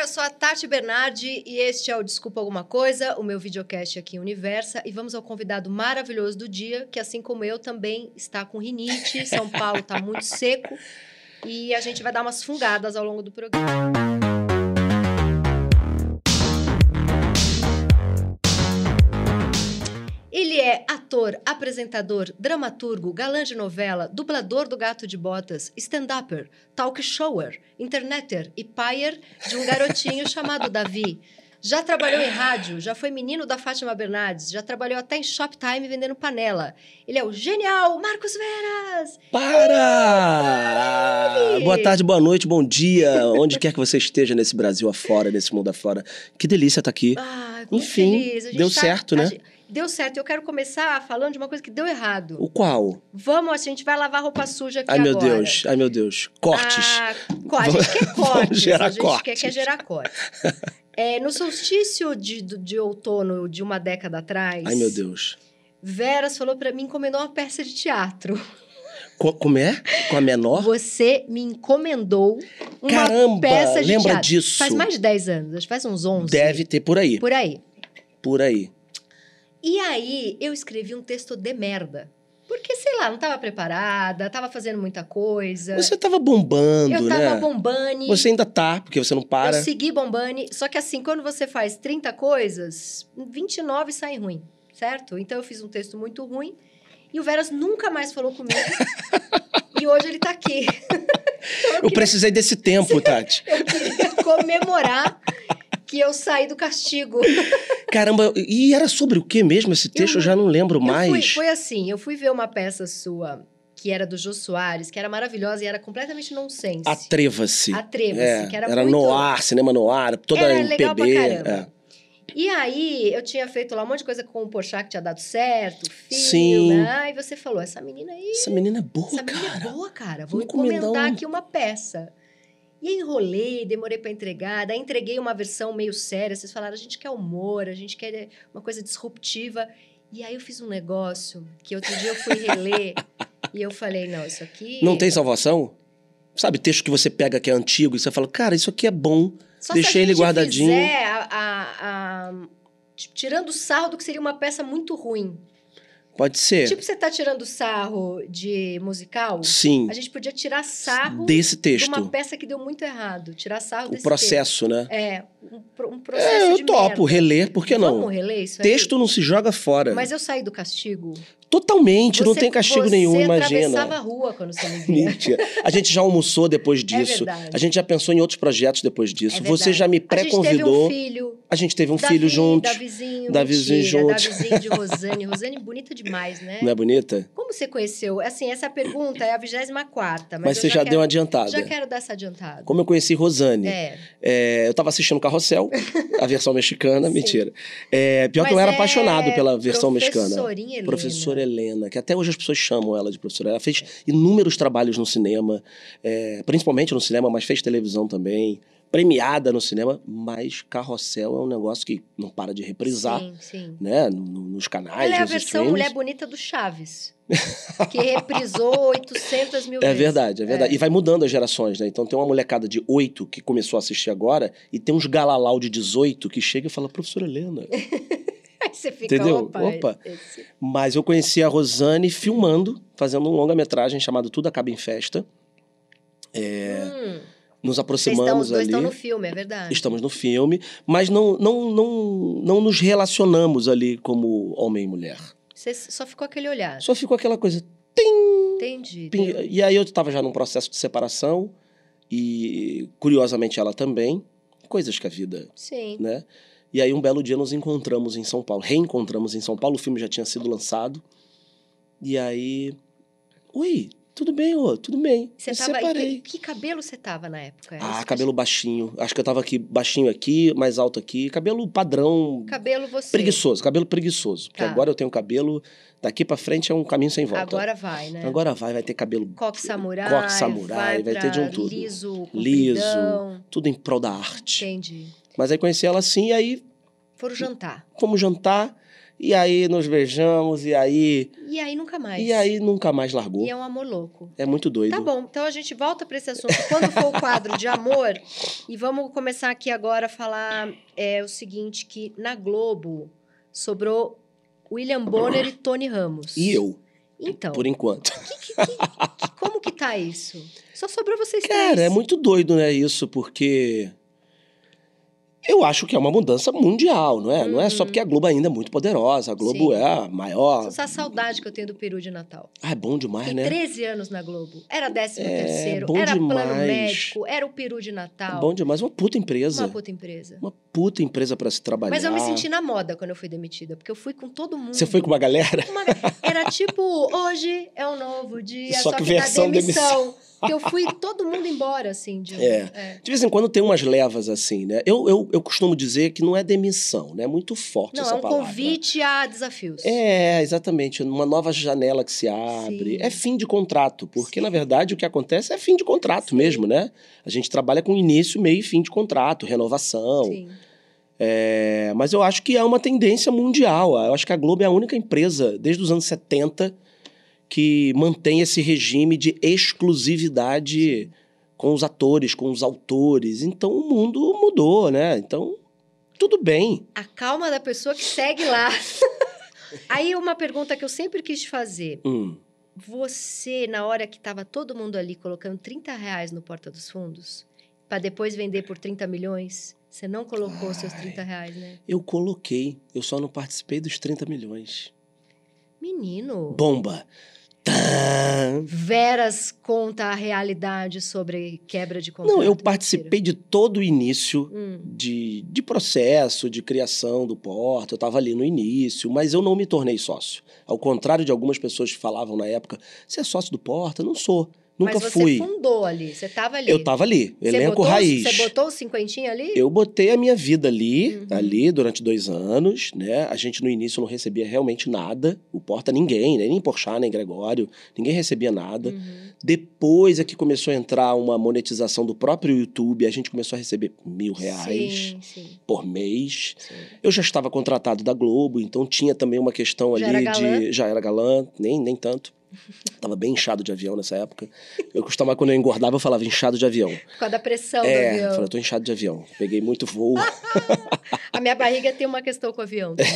eu sou a Tati Bernardi e este é o Desculpa Alguma Coisa, o meu videocast aqui em Universa. E vamos ao convidado maravilhoso do dia, que assim como eu também está com rinite, São Paulo está muito seco. E a gente vai dar umas fungadas ao longo do programa. Ele é ator, apresentador, dramaturgo, galã de novela, dublador do Gato de Botas, stand-upper, talk shower, interneter e payer de um garotinho chamado Davi. Já trabalhou em rádio, já foi menino da Fátima Bernardes, já trabalhou até em Shoptime vendendo panela. Ele é o genial Marcos Veras! Para! Ih! Boa tarde, boa noite, bom dia, onde quer que você esteja nesse Brasil afora, nesse mundo afora. Que delícia estar aqui. Ah, muito Enfim, feliz. A gente tá deu certo, né? a gente- Deu certo. Eu quero começar falando de uma coisa que deu errado. O qual? Vamos, a gente vai lavar roupa suja aqui Ai, meu agora. Deus, ai, meu Deus. Cortes. Ah, co- a gente quer Vamos cortes. gerar a gente Quer, cortes. quer gerar cortes. É, no solstício de, do- de outono de uma década atrás, Ai, meu Deus. Veras falou pra mim, encomendou uma peça de teatro. Co- como é? Com a menor? Você me encomendou uma Caramba, peça de lembra teatro. disso. Faz mais um, de 10 anos, acho que faz uns 11. Deve ter por aí. Por aí. Por aí. E aí, eu escrevi um texto de merda. Porque, sei lá, não tava preparada, tava fazendo muita coisa. Você tava bombando, eu né? tava bombando. Você ainda tá, porque você não para. Eu segui Bombani, só que assim, quando você faz 30 coisas, 29 saem ruim, certo? Então eu fiz um texto muito ruim e o Veras nunca mais falou comigo. e hoje ele tá aqui. Então, Eu queria, precisei desse tempo, Tati. eu queria comemorar que eu saí do castigo. Caramba, e era sobre o que mesmo esse texto? Eu, já não lembro Eu mais. fui- foi assim, eu fui ver uma peça sua que era do Jô Soares, que era maravilhosa e era completamente nonsense. Atreva-se. Atreva-se, É, que era, era muito... no ar, cinema no ar, toda Era em legal PB. pra caramba. é. E aí, eu tinha feito lá um monte de coisa com o Porchat que tinha dado certo, filho, Sim. né? E você falou, essa menina aí, Essa menina é boa, essa menina cara. é boa, cara. Vou vou encomendar encomendar um- aqui uma peça. E aí enrolei, demorei pra entregar, daí entreguei uma versão meio séria. Vocês falaram, a gente quer humor, a gente quer eh, uma coisa disruptiva. E aí eu fiz um negócio que outro dia eu fui reler e eu falei, não, isso aqui... Não tem salvação? Sabe, texto que você pega que é antigo e você fala, cara, isso aqui é bom. Só se Deixei a gente ele guardadinho. fizer a- a- a- t- Tirando sarro do que seria uma peça muito ruim. Pode ser. Tipo, você tá tirando sarro de musical? Sim. A gente podia tirar sarro Desse de texto. uma peça que deu muito errado. Tirar sarro O desse processo, né? texto. É, um, pro- um processo É, de eu topo, merda. reler, por que não? Vamos reler isso aí? Texto não se joga fora. Mas eu saí do castigo. Totalmente, não Você- tem castigo nenhum, Você imagina. atravessava a rua quando você me via. Mentira. A gente já almoçou depois É disso. verdade. a gente já pensou em outros projetos depois disso. É você verdade. já me A gente teve um pré-convidou. filho. A gente teve um Davi, filho juntos. Davizinho. Davizinho mentira, junto. Davizinho de Rosane. Rosane bonita demais, né? Não é bonita? Como você conheceu? Assim, essa pergunta é a 24 Mas, mas, eu você já, quero, deu uma adiantada. Já quero dar essa adiantada. Como eu conheci Rosane, É. é, eu tava assistindo Carrossel, a versão mexicana, Sim. mentira. É, pior que eu Mas era é apaixonado pela versão mexicana. professorinha né? Helena. Professora Helena, que até hoje as pessoas chamam ela de professora. Ela fez inúmeros trabalhos no cinema, é, principalmente no cinema, mas fez televisão também, premiada no cinema, mas Carrossel é um negócio que não para de reprisar, Sim, sim. né? no- no- nos canais, Ela é a nos versão streams. Mulher Bonita do Chaves, que reprisou 800 mil É vezes. verdade, é verdade. É. E vai mudando as gerações, né? Então tem uma molecada de 8 que começou a assistir agora e tem uns galalau de 18 que chega e fala, professora Helena. Aí você fica, Entendeu? opa. Opa. esse- Mas eu conheci a Rosane filmando, fazendo um longa-metragem chamado Tudo Acaba em Festa. Hum, Nos vocês estão, os aproximamos dois É, ali. estão no filme, é verdade. Estamos no filme, mas não, não, não, não nos relacionamos ali como homem e mulher. Vocês- só ficou aquele olhar. Só ficou aquela coisa. Entendi. pim, E aí eu estava já num processo de separação e, curiosamente, ela também. Coisas que a vida Sim. né? E aí um belo dia nos encontramos em São Paulo, reencontramos em São Paulo, o filme já tinha sido lançado. E aí, oi, tudo bem, ô, tudo bem. Você Me tava, É, e que, separei. que cabelo você tava na época? Isso que Ah, eu- cabelo baixinho. Acho que eu tava aqui baixinho aqui, mais alto aqui, cabelo padrão, Cabelo você. preguiçoso, cabelo preguiçoso, porque Tá. agora eu tenho cabelo daqui pra frente é um caminho sem volta. Então Agora vai, né? Agora vai, vai ter cabelo Coque samurai. Coque samurai, vai ter de um pra tudo. Liso, Liso. compridão. tudo em prol da arte. Entendi. Mas aí conheci ela assim, e aí Foram jantar. fomos jantar E aí nos beijamos, e aí. E aí nunca mais. E aí nunca mais largou. E é um amor louco. É muito doido. Tá bom, então a gente volta para esse assunto quando for o quadro de amor. E vamos começar aqui agora a falar é, o seguinte: que na Globo sobrou William Bonner e Tony Ramos. E eu, Então, por enquanto. que- que- que- como que tá isso? Só sobrou vocês Cara, três. é muito doido, né, isso, porque. Eu acho que é uma mudança mundial, não é? Não é só porque a Globo ainda é muito poderosa. A Globo Uhum. Sim. é a maior. Essa saudade que eu tenho do peru de Natal. Ah, é bom demais, Fiquei né? 13 anos na Globo. Era 13 É, terceiro, bom era plano demais. médico, era o peru de Natal. É bom demais. Uma puta empresa. Uma Uma puta, puta empresa. empresa pra se trabalhar. Mas eu me senti na moda quando eu fui demitida, porque eu fui com todo mundo. Você foi com uma galera? Uma- Era tipo, hoje é um novo dia, Só só, que que, versão na demissão. Que eu fui todo mundo embora, assim. De... É. De vez em quando tem umas levas assim, né? Eu, eu, eu costumo dizer que não é demissão, né? É muito forte Não, essa é um palavra. né? convite a desafios. É, exatamente. Uma nova janela que se abre. Sim. É fim de contrato, porque na verdade o que acontece é fim de contrato mesmo, né? A gente trabalha com início, meio e fim de contrato, renovação. Sim. É, mas eu acho que é uma tendência mundial. Eu acho que a Globo é a única empresa, desde os anos 70, que mantém esse regime de exclusividade com os atores, com os autores. Então o mundo mudou, né? Então, tudo bem. A calma da pessoa que segue lá. Aí uma pergunta que eu sempre quis te fazer. Hum. Você, na hora que estava todo mundo ali colocando 30 reais no Porta dos Fundos, para depois vender por 30 milhões, você não colocou os seus 30 reais, né? Eu coloquei, eu só não participei dos 30 milhões. Menino, Bomba! Tã! Veras conta a realidade sobre quebra de contrato. Não, eu é mentira. participei de todo o início Hum, de, de processo, de criação do porto, eu estava ali no início, mas eu não me tornei sócio. Ao contrário de algumas pessoas que falavam na época, você é sócio do porto? Eu não sou, nunca mas fui. você fundou ali, você estava ali. Eu estava ali, Você elenco botou, raiz. Você botou os cinquentinhos ali? Eu botei a minha vida ali, Uhum. ali durante dois anos, né? A gente no início não recebia realmente nada, o Porta ninguém, né? nem Porchat, nem Gregório, ninguém recebia nada. Uhum. Depois é que começou a entrar uma monetização do próprio YouTube, a gente começou a receber mil reais Sim, sim, por mês. sim. Eu já estava contratado da Globo, então tinha também uma questão Já ali era de. galã? Já era galã, nem, nem tanto. Tava bem inchado de avião nessa época. Eu costumava, quando eu engordava, eu falava inchado de avião. Por causa da pressão é, do eu avião. falei, tô inchado de avião. Peguei muito voo. A minha barriga tem uma questão com o avião também.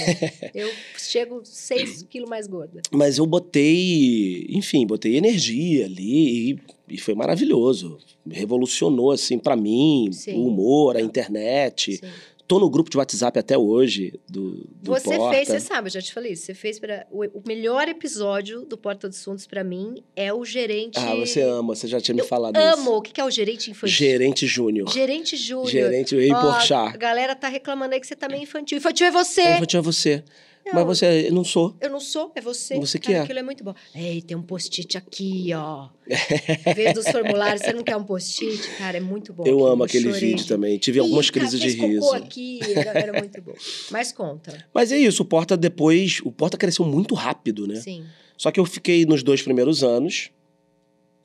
eu chego 6 quilos mais gorda. Mas eu botei, enfim, botei energia ali e, e foi maravilhoso. Revolucionou, assim, pra mim, Sim. o humor, a internet. Sim. Tô no grupo de WhatsApp até hoje do, do Você Porta. fez, você sabe, eu já te falei isso. Você fez para o, o melhor episódio do Porta dos Fundos pra mim é o gerente. Ah, você ama, você já tinha me falado Amo. isso. O que que é o gerente infantil? Gerente Júnior. Gerente Júnior. Gerente Rei Ó, Porchat. A galera tá reclamando aí que você tá meio infantil. Infantil é Eu você! vou tirar você. Não, Mas você, eu não sou. Eu não sou, é você. Você que Cara, é. Aquilo é muito bom. Ei, tem um post-it aqui, ó. Em vez dos formulários, você não quer um post-it? Cara, é muito bom. eu aquilo, amo aquele chorei. vídeo também. Tive algumas Ih, cara, crises de fez cocô riso. aqui, era muito bom. Mas conta. Mas é isso, o Porta depois. O Porta cresceu muito rápido, né? Sim. Só que eu fiquei nos dois primeiros anos,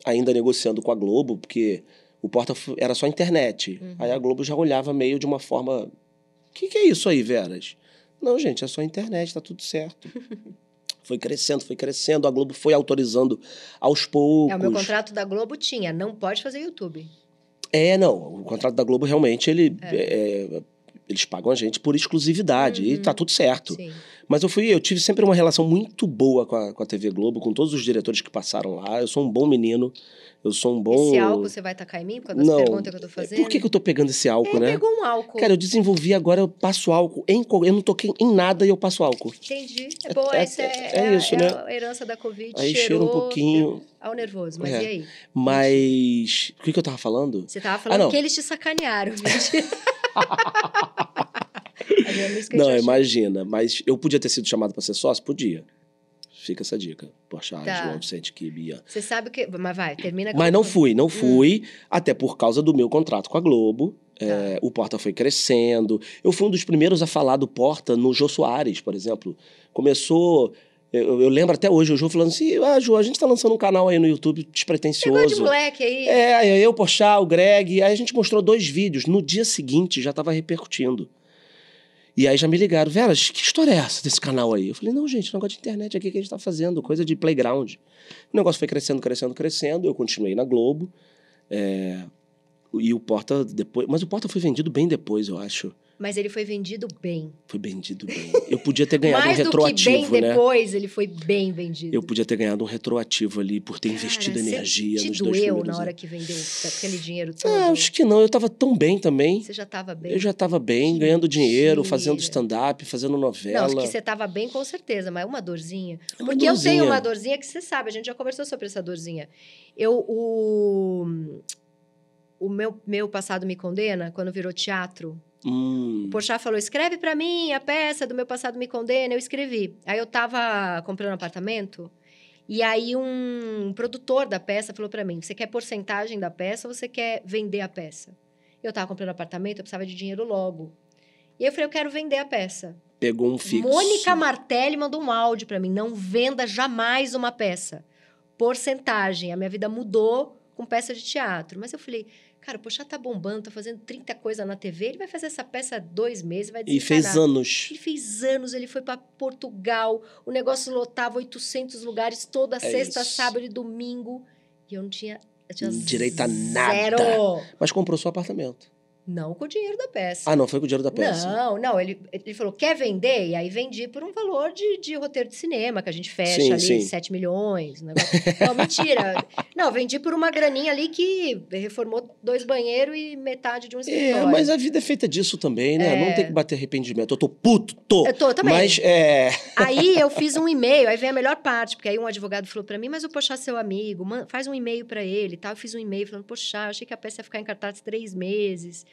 ainda negociando com a Globo, porque o Porta fu- era só internet. Uhum. Aí a Globo já olhava meio de uma forma. O que, que é isso aí, Veras? Não, gente, é só internet, tá tudo certo. foi crescendo, foi crescendo, a Globo foi autorizando aos poucos. É, o meu contrato da Globo tinha, não pode fazer YouTube. É, não. O contrato da Globo realmente ele. é, eles pagam a gente por exclusividade e Uhum. tá tudo certo. Sim. Mas eu fui, eu tive sempre uma relação muito boa com a, com a TV Globo, com todos os diretores que passaram lá. Eu sou um bom menino, eu sou um bom. Esse álcool você vai tacar em mim por causa das Não. É, perguntas que eu tô fazendo? Por que, que eu tô pegando esse álcool, É, né? pegou um álcool. Cara, eu desenvolvi agora, eu passo álcool em co- eu não toquei em nada e eu passo álcool. Entendi. É boa, é- essa é, é é isso, a, é a herança da Covid. Aí cheiro cheirou, um pouquinho, Ao nervoso, mas É. e aí? mas o que, que eu tava falando? Você tava Ah, falando não. que eles te sacanearam, mentira. Mas é isso que eu Não, já achei. imagina, mas eu podia ter sido chamado pra ser sócio, podia. Fica essa dica. Poxa, Tá. João Vicente Kibe, Ian. Você sabe o que. Mas vai, termina um Mas não fui, não fui, até por causa do meu contrato com a Globo. É, o Porta foi crescendo. Eu fui um dos primeiros a falar do Porta no Jô Soares, por exemplo. Começou. Eu, eu lembro até hoje o Jô falando assim: Ah, Jô, a gente tá lançando um canal aí no YouTube Chegou de despretensioso. moleque aí. É, aí eu, Pochá, o Greg. Aí a gente mostrou dois vídeos. No dia seguinte já tava repercutindo. E aí já me ligaram, Veras, que história é essa desse canal aí? Eu falei, não, gente, negócio de internet aqui que a gente tá fazendo, coisa de playground. O negócio foi crescendo, crescendo, crescendo. Eu continuei na Globo. é, e o Porta depois. Mas o Porta foi vendido bem depois, eu acho. Mas ele foi vendido bem. Foi vendido bem. Eu podia ter ganhado um Mais do que retroativo, bem né? depois, ele foi bem vendido. Eu podia ter ganhado um retroativo ali por ter Cara, investido você energia te nos dois doeu primeiros na hora anos. que vendeu aquele dinheiro todo? Ah, acho que não. Eu tava tão bem também. Você já estava bem? Eu já tava bem, Que ganhando dinheiro, mentira. fazendo stand-up, fazendo novela. Não, que você estava bem com certeza, mas uma dorzinha. É uma Porque eu tenho dorzinha. uma dorzinha que você sabe, a gente já conversou sobre essa dorzinha. Eu, o... O meu, meu passado me condena, quando virou teatro, Hum, O Porchat falou, escreve pra mim a peça do Meu Passado Me Condena. Eu escrevi. Aí eu tava comprando um apartamento e aí um produtor da peça falou pra mim, você quer porcentagem da peça ou você quer vender a peça? Eu tava comprando um apartamento, eu precisava de dinheiro logo. E eu falei, eu quero vender a peça. pegou um fixo. Mônica Martelli mandou um áudio pra mim, não venda jamais uma peça. Porcentagem. A minha vida mudou com peça de teatro. Mas eu falei... Cara, o Porchat tá bombando, tá fazendo 30 coisas na TV. Ele vai fazer essa peça há dois meses, vai E desencanar. fez anos. Ele fez anos, ele foi para Portugal, o negócio lotava 800 lugares toda sexta, É isso. sábado e domingo. E eu não tinha, eu tinha Direito a zero. nada. Mas comprou seu apartamento. Não com o dinheiro da peça. Ah, não, foi com o dinheiro da peça. não, não, ele, ele falou, quer vender? E aí vendi por um valor de, de roteiro de cinema, que a gente fecha Sim, ali, sim. 7 milhões. um negócio. Não, mentira. Não, vendi por uma graninha ali que reformou dois banheiros e metade de um escritório. É, mas a vida é feita disso também, né? Não tem que bater arrependimento. Eu tô puto, tô. É. Eu tô também. Mas é. Aí eu fiz um e-mail, aí vem a melhor parte, porque aí um advogado falou pra mim, mas o Pochá é seu amigo, man- faz um e-mail pra ele e tal. Eu fiz um e-mail falando, Pochá, achei que a peça ia ficar em cartaz três meses.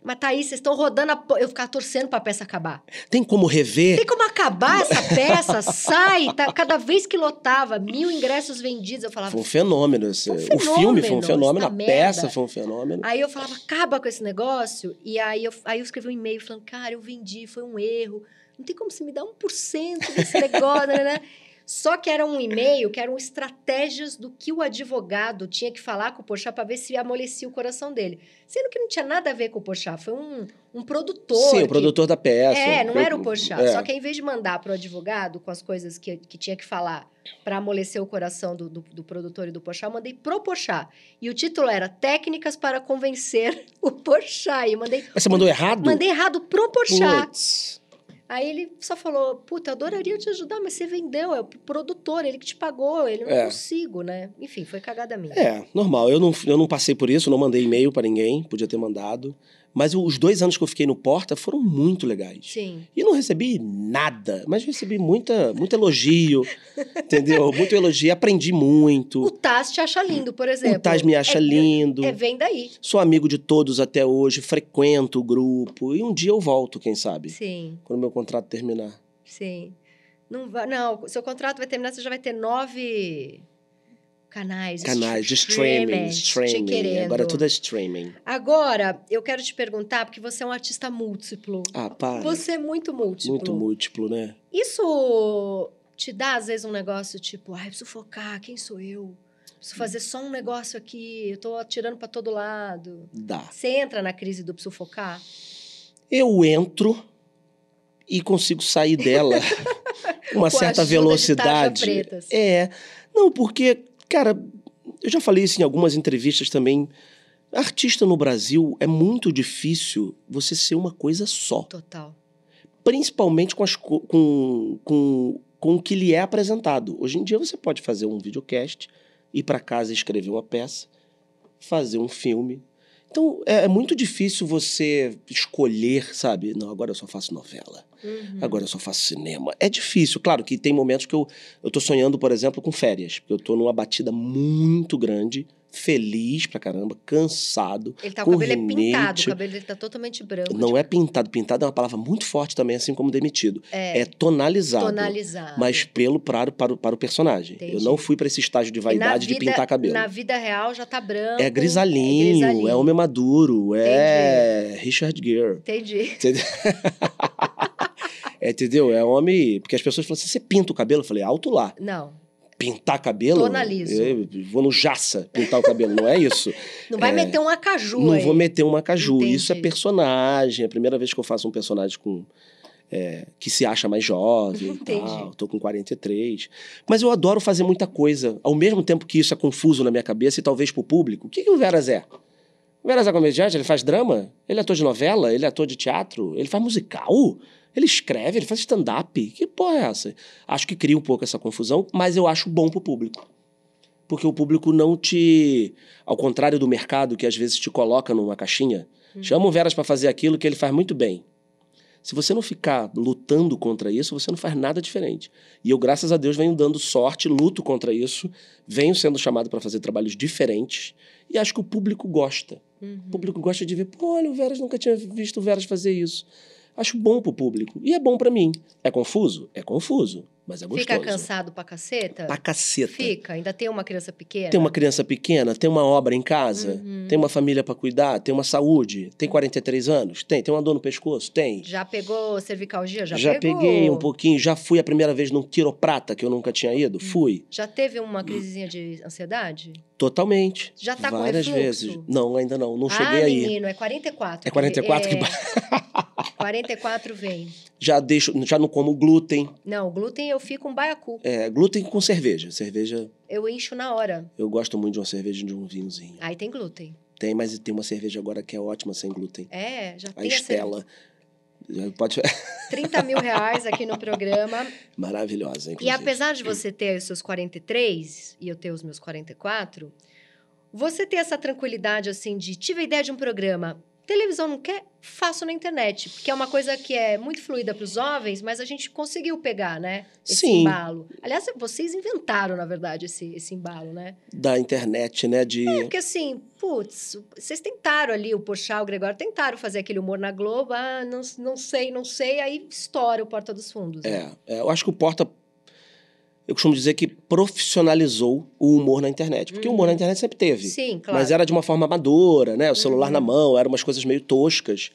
Mas tá aí, vocês estão rodando a... po- Eu ficar torcendo pra peça acabar. Tem como rever? Tem como acabar essa peça? Sai! tá- Cada vez que lotava, mil ingressos vendidos, eu falava... Foi um fenômeno. Esse. Foi um o filme foi um fenômeno, fenômeno, a essa peça merda. foi um fenômeno. Aí eu falava, acaba com esse negócio. E aí eu, aí eu escrevi um e-mail falando, cara, eu vendi, foi um erro. Não tem como se me dar 1% desse negócio, né, né? Só que era um e-mail que eram estratégias do que o advogado tinha que falar com o Porchat para ver se amolecia o coração dele. Sendo que não tinha nada a ver com o Porchat, foi um, um produtor. Sim, que- o produtor da peça. É, não Foi- era o Porchat. é. Só que ao invés de mandar pro advogado com as coisas que, que tinha que falar para amolecer o coração do, do, do produtor e do Porchat, eu mandei pro Porchat. E o título era Técnicas para convencer o Porchat. E eu mandei, Mas você mandou errado? mandei errado pro Porchat. Putz. Aí ele só falou, puta, eu adoraria te ajudar, mas você vendeu, é o produtor, ele que te pagou, ele não É. consigo, né? Enfim, foi cagada minha. É, normal. Eu não, eu não passei por isso, não mandei e-mail pra ninguém, podia ter mandado. Mas os dois anos que eu fiquei no Porta foram muito legais. Sim. E não recebi nada, mas recebi muita, muito elogio, entendeu? Muito elogio, aprendi O muito. Taz te acha lindo, por exemplo. O Taz me acha É- lindo. É, vem daí. Sou amigo de todos até hoje, frequento o grupo. E um dia eu volto, quem sabe? Sim. Quando meu contrato terminar. Sim. Não, vai, não, seu contrato vai terminar, você já vai ter nove canais. Canais de streaming, streaming, streaming. Te querendo. Agora tudo é streaming. Agora, eu quero te perguntar, porque você é um artista múltiplo. Ah, para. Você é muito múltiplo. Muito múltiplo, né? Isso te dá, às vezes, um negócio tipo, ai, preciso focar, quem sou eu? Preciso Hum. fazer só um negócio aqui, eu tô atirando pra todo lado. Dá. Você entra na crise do preciso focar? Eu entro e consigo sair dela com uma Com a ajuda de certa tarja velocidade. preta, assim. É. Não, porque, cara, eu já falei isso em algumas entrevistas também. Artista no Brasil é muito difícil você ser uma coisa só. Total. Principalmente com, as co- com, com, com o que lhe é apresentado. Hoje em dia você pode fazer um videocast, ir para casa e escrever uma peça, fazer um filme. Então é, é muito difícil você escolher, sabe? Não, agora eu só faço novela. Uhum. Agora eu só faço cinema. É difícil, claro que tem momentos que eu, eu tô sonhando, por exemplo, com férias. porque Eu tô numa batida muito grande, feliz pra caramba, cansado. Ele tá, o cabelo é com pintado, o rinite. cabelo dele tá totalmente branco. Não é pintado, pintado é uma palavra muito forte também, assim como demitido. é, É tonalizado. tonalizado. Mas pelo para, para, o- para o personagem. Entendi. Eu não fui pra esse estágio de E na vaidade de vida- pintar cabelo. Na vida real já tá branco. É grisalhinho, é, grisalhinho. homem maduro, é Richard Gere. Entendi. É, entendeu? É homem. Porque as pessoas falam assim: você pinta o cabelo? Eu falei, alto lá. Não. pintar cabelo. Tonalizo. Eu vou no jaça pintar o cabelo, não é isso? Não vai É, meter um acaju não aí. vou meter uma caju. Entendi. Isso é personagem. É a primeira vez que eu faço um personagem com, é, que se acha mais jovem e Entendi. tal. Tô com 43. Mas eu adoro fazer muita coisa. Ao mesmo tempo que isso é confuso na minha cabeça e talvez pro público. O que, que o Veras é? O Veras é comediante, ele faz drama, ele é ator de novela, ele é ator de teatro, ele faz musical, ele escreve, ele faz stand-up. Que porra é essa? Acho que cria um pouco essa confusão, mas eu acho bom pro público. Porque o público não te. Ao contrário do mercado, que às vezes te coloca numa caixinha, chama o Veras pra fazer aquilo que ele faz muito bem. Se você não ficar lutando contra isso, você não faz nada diferente. E eu, graças a Deus, venho dando sorte, luto contra isso, venho sendo chamado para fazer trabalhos diferentes e acho que o público gosta. Uhum. O público gosta de ver, pô, olha, o Veras nunca tinha visto o Veras fazer isso. Acho bom pro público e é bom pra mim. É confuso? É confuso, mas é gostoso. Fica cansado pra caceta? Pra caceta. Fica. Ainda tem uma criança pequena? Tem uma criança pequena, tem uma obra em casa, Uhum. tem uma família pra cuidar, tem uma saúde, tem 43 anos, tem, tem uma dor no pescoço, tem. Já pegou cervicalgia? Já, pegou? peguei um pouquinho, já fui a primeira vez num quiroprata que eu nunca tinha Hum. ido, fui. Já teve uma crisezinha de ansiedade? Totalmente. Já tá com Várias refluxo? vezes. Não, ainda não, não cheguei ah, aí. menino, é 44. É 44 que É, 44 vem. Já deixo, já não como glúten, Não, glúten eu fico um baiacu. é, glúten com cerveja. Cerveja, Eu encho na hora. eu gosto muito de uma cerveja e de um vinhozinho. Aí tem glúten. Tem, mas tem uma cerveja agora que é ótima sem glúten. É, já A tem essa- Estela. Já Pode... 30 mil reais aqui no programa. Maravilhosa, E inclusive. apesar de você ter os seus 43 e eu ter os meus 44, você ter essa tranquilidade assim de tive a ideia de um programa, televisão não quer, faço na internet, porque é uma coisa que é muito fluida para os jovens, mas a gente conseguiu pegar, né? Esse Sim. embalo. Aliás, vocês inventaram, na verdade, esse, esse embalo, né? Da internet, né? De... Porque assim, putz, vocês tentaram ali, o Porchat, o Gregório, tentaram fazer aquele humor na Globo, ah, não, não sei, não sei, aí estoura o Porta dos Fundos. né? É, é, eu acho que o Porta. Eu costumo dizer que profissionalizou o humor na internet. Porque o Uhum. humor na internet sempre teve. Sim, claro. Mas era de uma forma amadora, né? O celular Uhum. na mão, eram umas coisas meio toscas.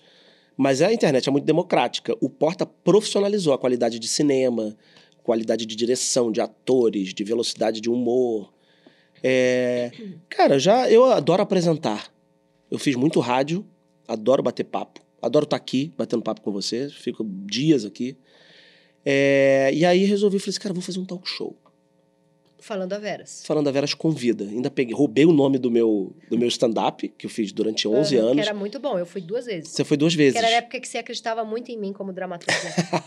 Mas a internet é muito democrática. O Porta profissionalizou a qualidade de cinema, qualidade de direção, de atores, de velocidade de humor. É, Cara, já eu adoro apresentar. Eu fiz muito rádio, adoro bater papo. Adoro estar aqui, batendo papo com você. Fico dias aqui. É, E aí resolvi, falei assim, cara, vou fazer um talk show. é Falando a veras. Falando a Veras Convida. Ainda peguei, roubei o nome do meu, do meu stand-up, que eu fiz durante 11 Aham, Que anos. era muito bom, eu fui duas vezes. Você foi duas vezes. Que era a época que você acreditava muito em mim como dramaturga.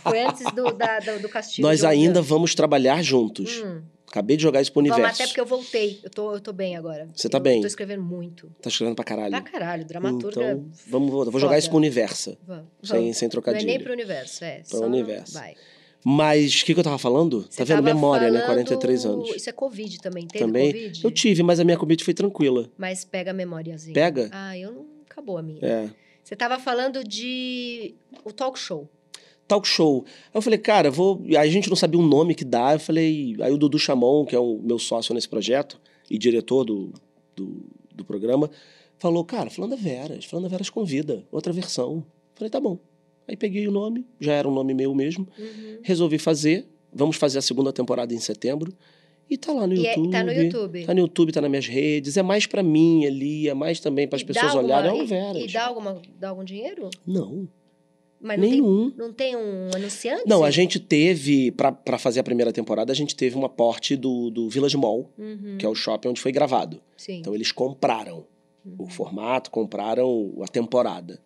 Foi antes do, da, do, do castigo. Nós de 11 ainda anos. vamos trabalhar juntos. Hum, Acabei de jogar isso pro vamos universo. até porque eu voltei. Eu tô, eu tô bem agora. Você tá Eu bem. Tô escrevendo muito. Tá escrevendo pra caralho. Pra caralho, dramaturga. Então, vamos, vou vou foda. jogar isso pro universo. vamos, Sem, vamos. sem Não é trocadilho. nem pro universo, é. só universo. Vai. Mas o que, que eu tava falando? Você tá vendo? tava Memória, né? falando- 43 anos. Isso é Covid também. Teve Também. Covid? Eu tive, mas a minha comida foi tranquila. Mas pega a memóriazinha. Pega? Ah, eu não... Acabou a minha. É. Você tava falando de... O talk show. Talk show. Aí eu falei, cara, vou. Aí a gente não sabia o nome que dá. Eu falei. Aí o Dudu Chamon, que é o meu sócio nesse projeto e diretor do, do, do programa, falou, cara, Flanda Veras, Flanda Veras convida, outra versão. Eu falei, tá bom. Aí peguei o nome, já era um nome meu mesmo. Uhum. Resolvi fazer. Vamos fazer a segunda temporada em setembro. E tá lá no E é, YouTube. tá no YouTube. Tá no YouTube, tá nas minhas redes. É mais pra mim ali, é mais também para as E dá pessoas alguma- olharem. É e- um Veras. E dá, alguma, dá algum dinheiro? Não, Mas não tem, nenhum. não tem um anunciante? Não, a gente teve, pra- pra fazer a primeira temporada, a gente teve um aporte do, do Village Mall, Uhum, que é o shopping onde foi gravado. Sim. Então eles compraram o Uhum. formato, compraram a temporada.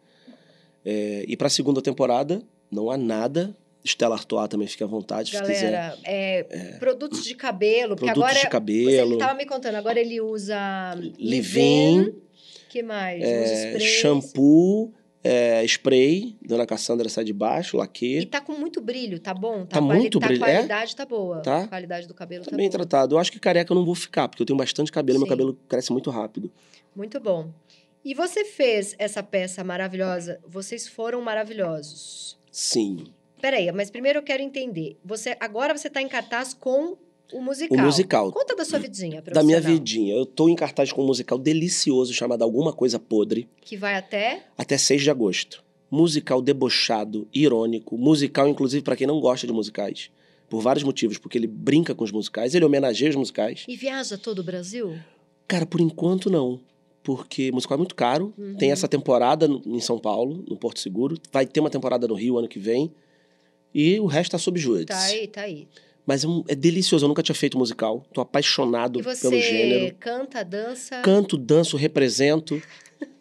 É, e pra segunda temporada, não há nada. Estela Artois também fica à vontade, se quiser. Galera, é, produtos de cabelo, porque Produtos agora... de Você cabelo, ele tava me contando, agora ele usa... Livin, que mais? Usa é, sprays. shampoo, é, spray. Dona Cassandra sai de E baixo, laque. tá com muito brilho, tá bom? Tá muito tá, brilho, A é? qualidade tá boa. Tá. A qualidade do cabelo tá, Tá bem boa. tratado. Eu acho que careca eu não vou ficar, porque eu tenho bastante cabelo, meu Sim. cabelo cresce muito rápido. Muito bom. E você fez essa peça maravilhosa. Vocês foram maravilhosos. Sim. Peraí, mas primeiro eu quero entender. Você agora você tá em cartaz com o musical. O musical. Conta da sua vidinha, Da minha profissional, vidinha. Eu tô em cartaz com um musical delicioso chamado Alguma Coisa Podre, Que vai até até 6 de agosto. Musical debochado, irônico, musical, inclusive, pra quem não gosta de musicais. Por vários motivos, porque ele brinca com os musicais, ele homenageia os musicais. e viaja todo o Brasil? Cara, por enquanto não. Porque musical é muito caro. Uhum. Tem essa temporada no- em São Paulo, no Porto Seguro. Vai ter uma temporada no Rio ano que vem. E o resto tá sob júdice. Tá aí, tá aí. Mas é, um- é delicioso, eu nunca tinha feito musical. Tô apaixonado E pelo você gênero. canta, dança? Canto, danço, represento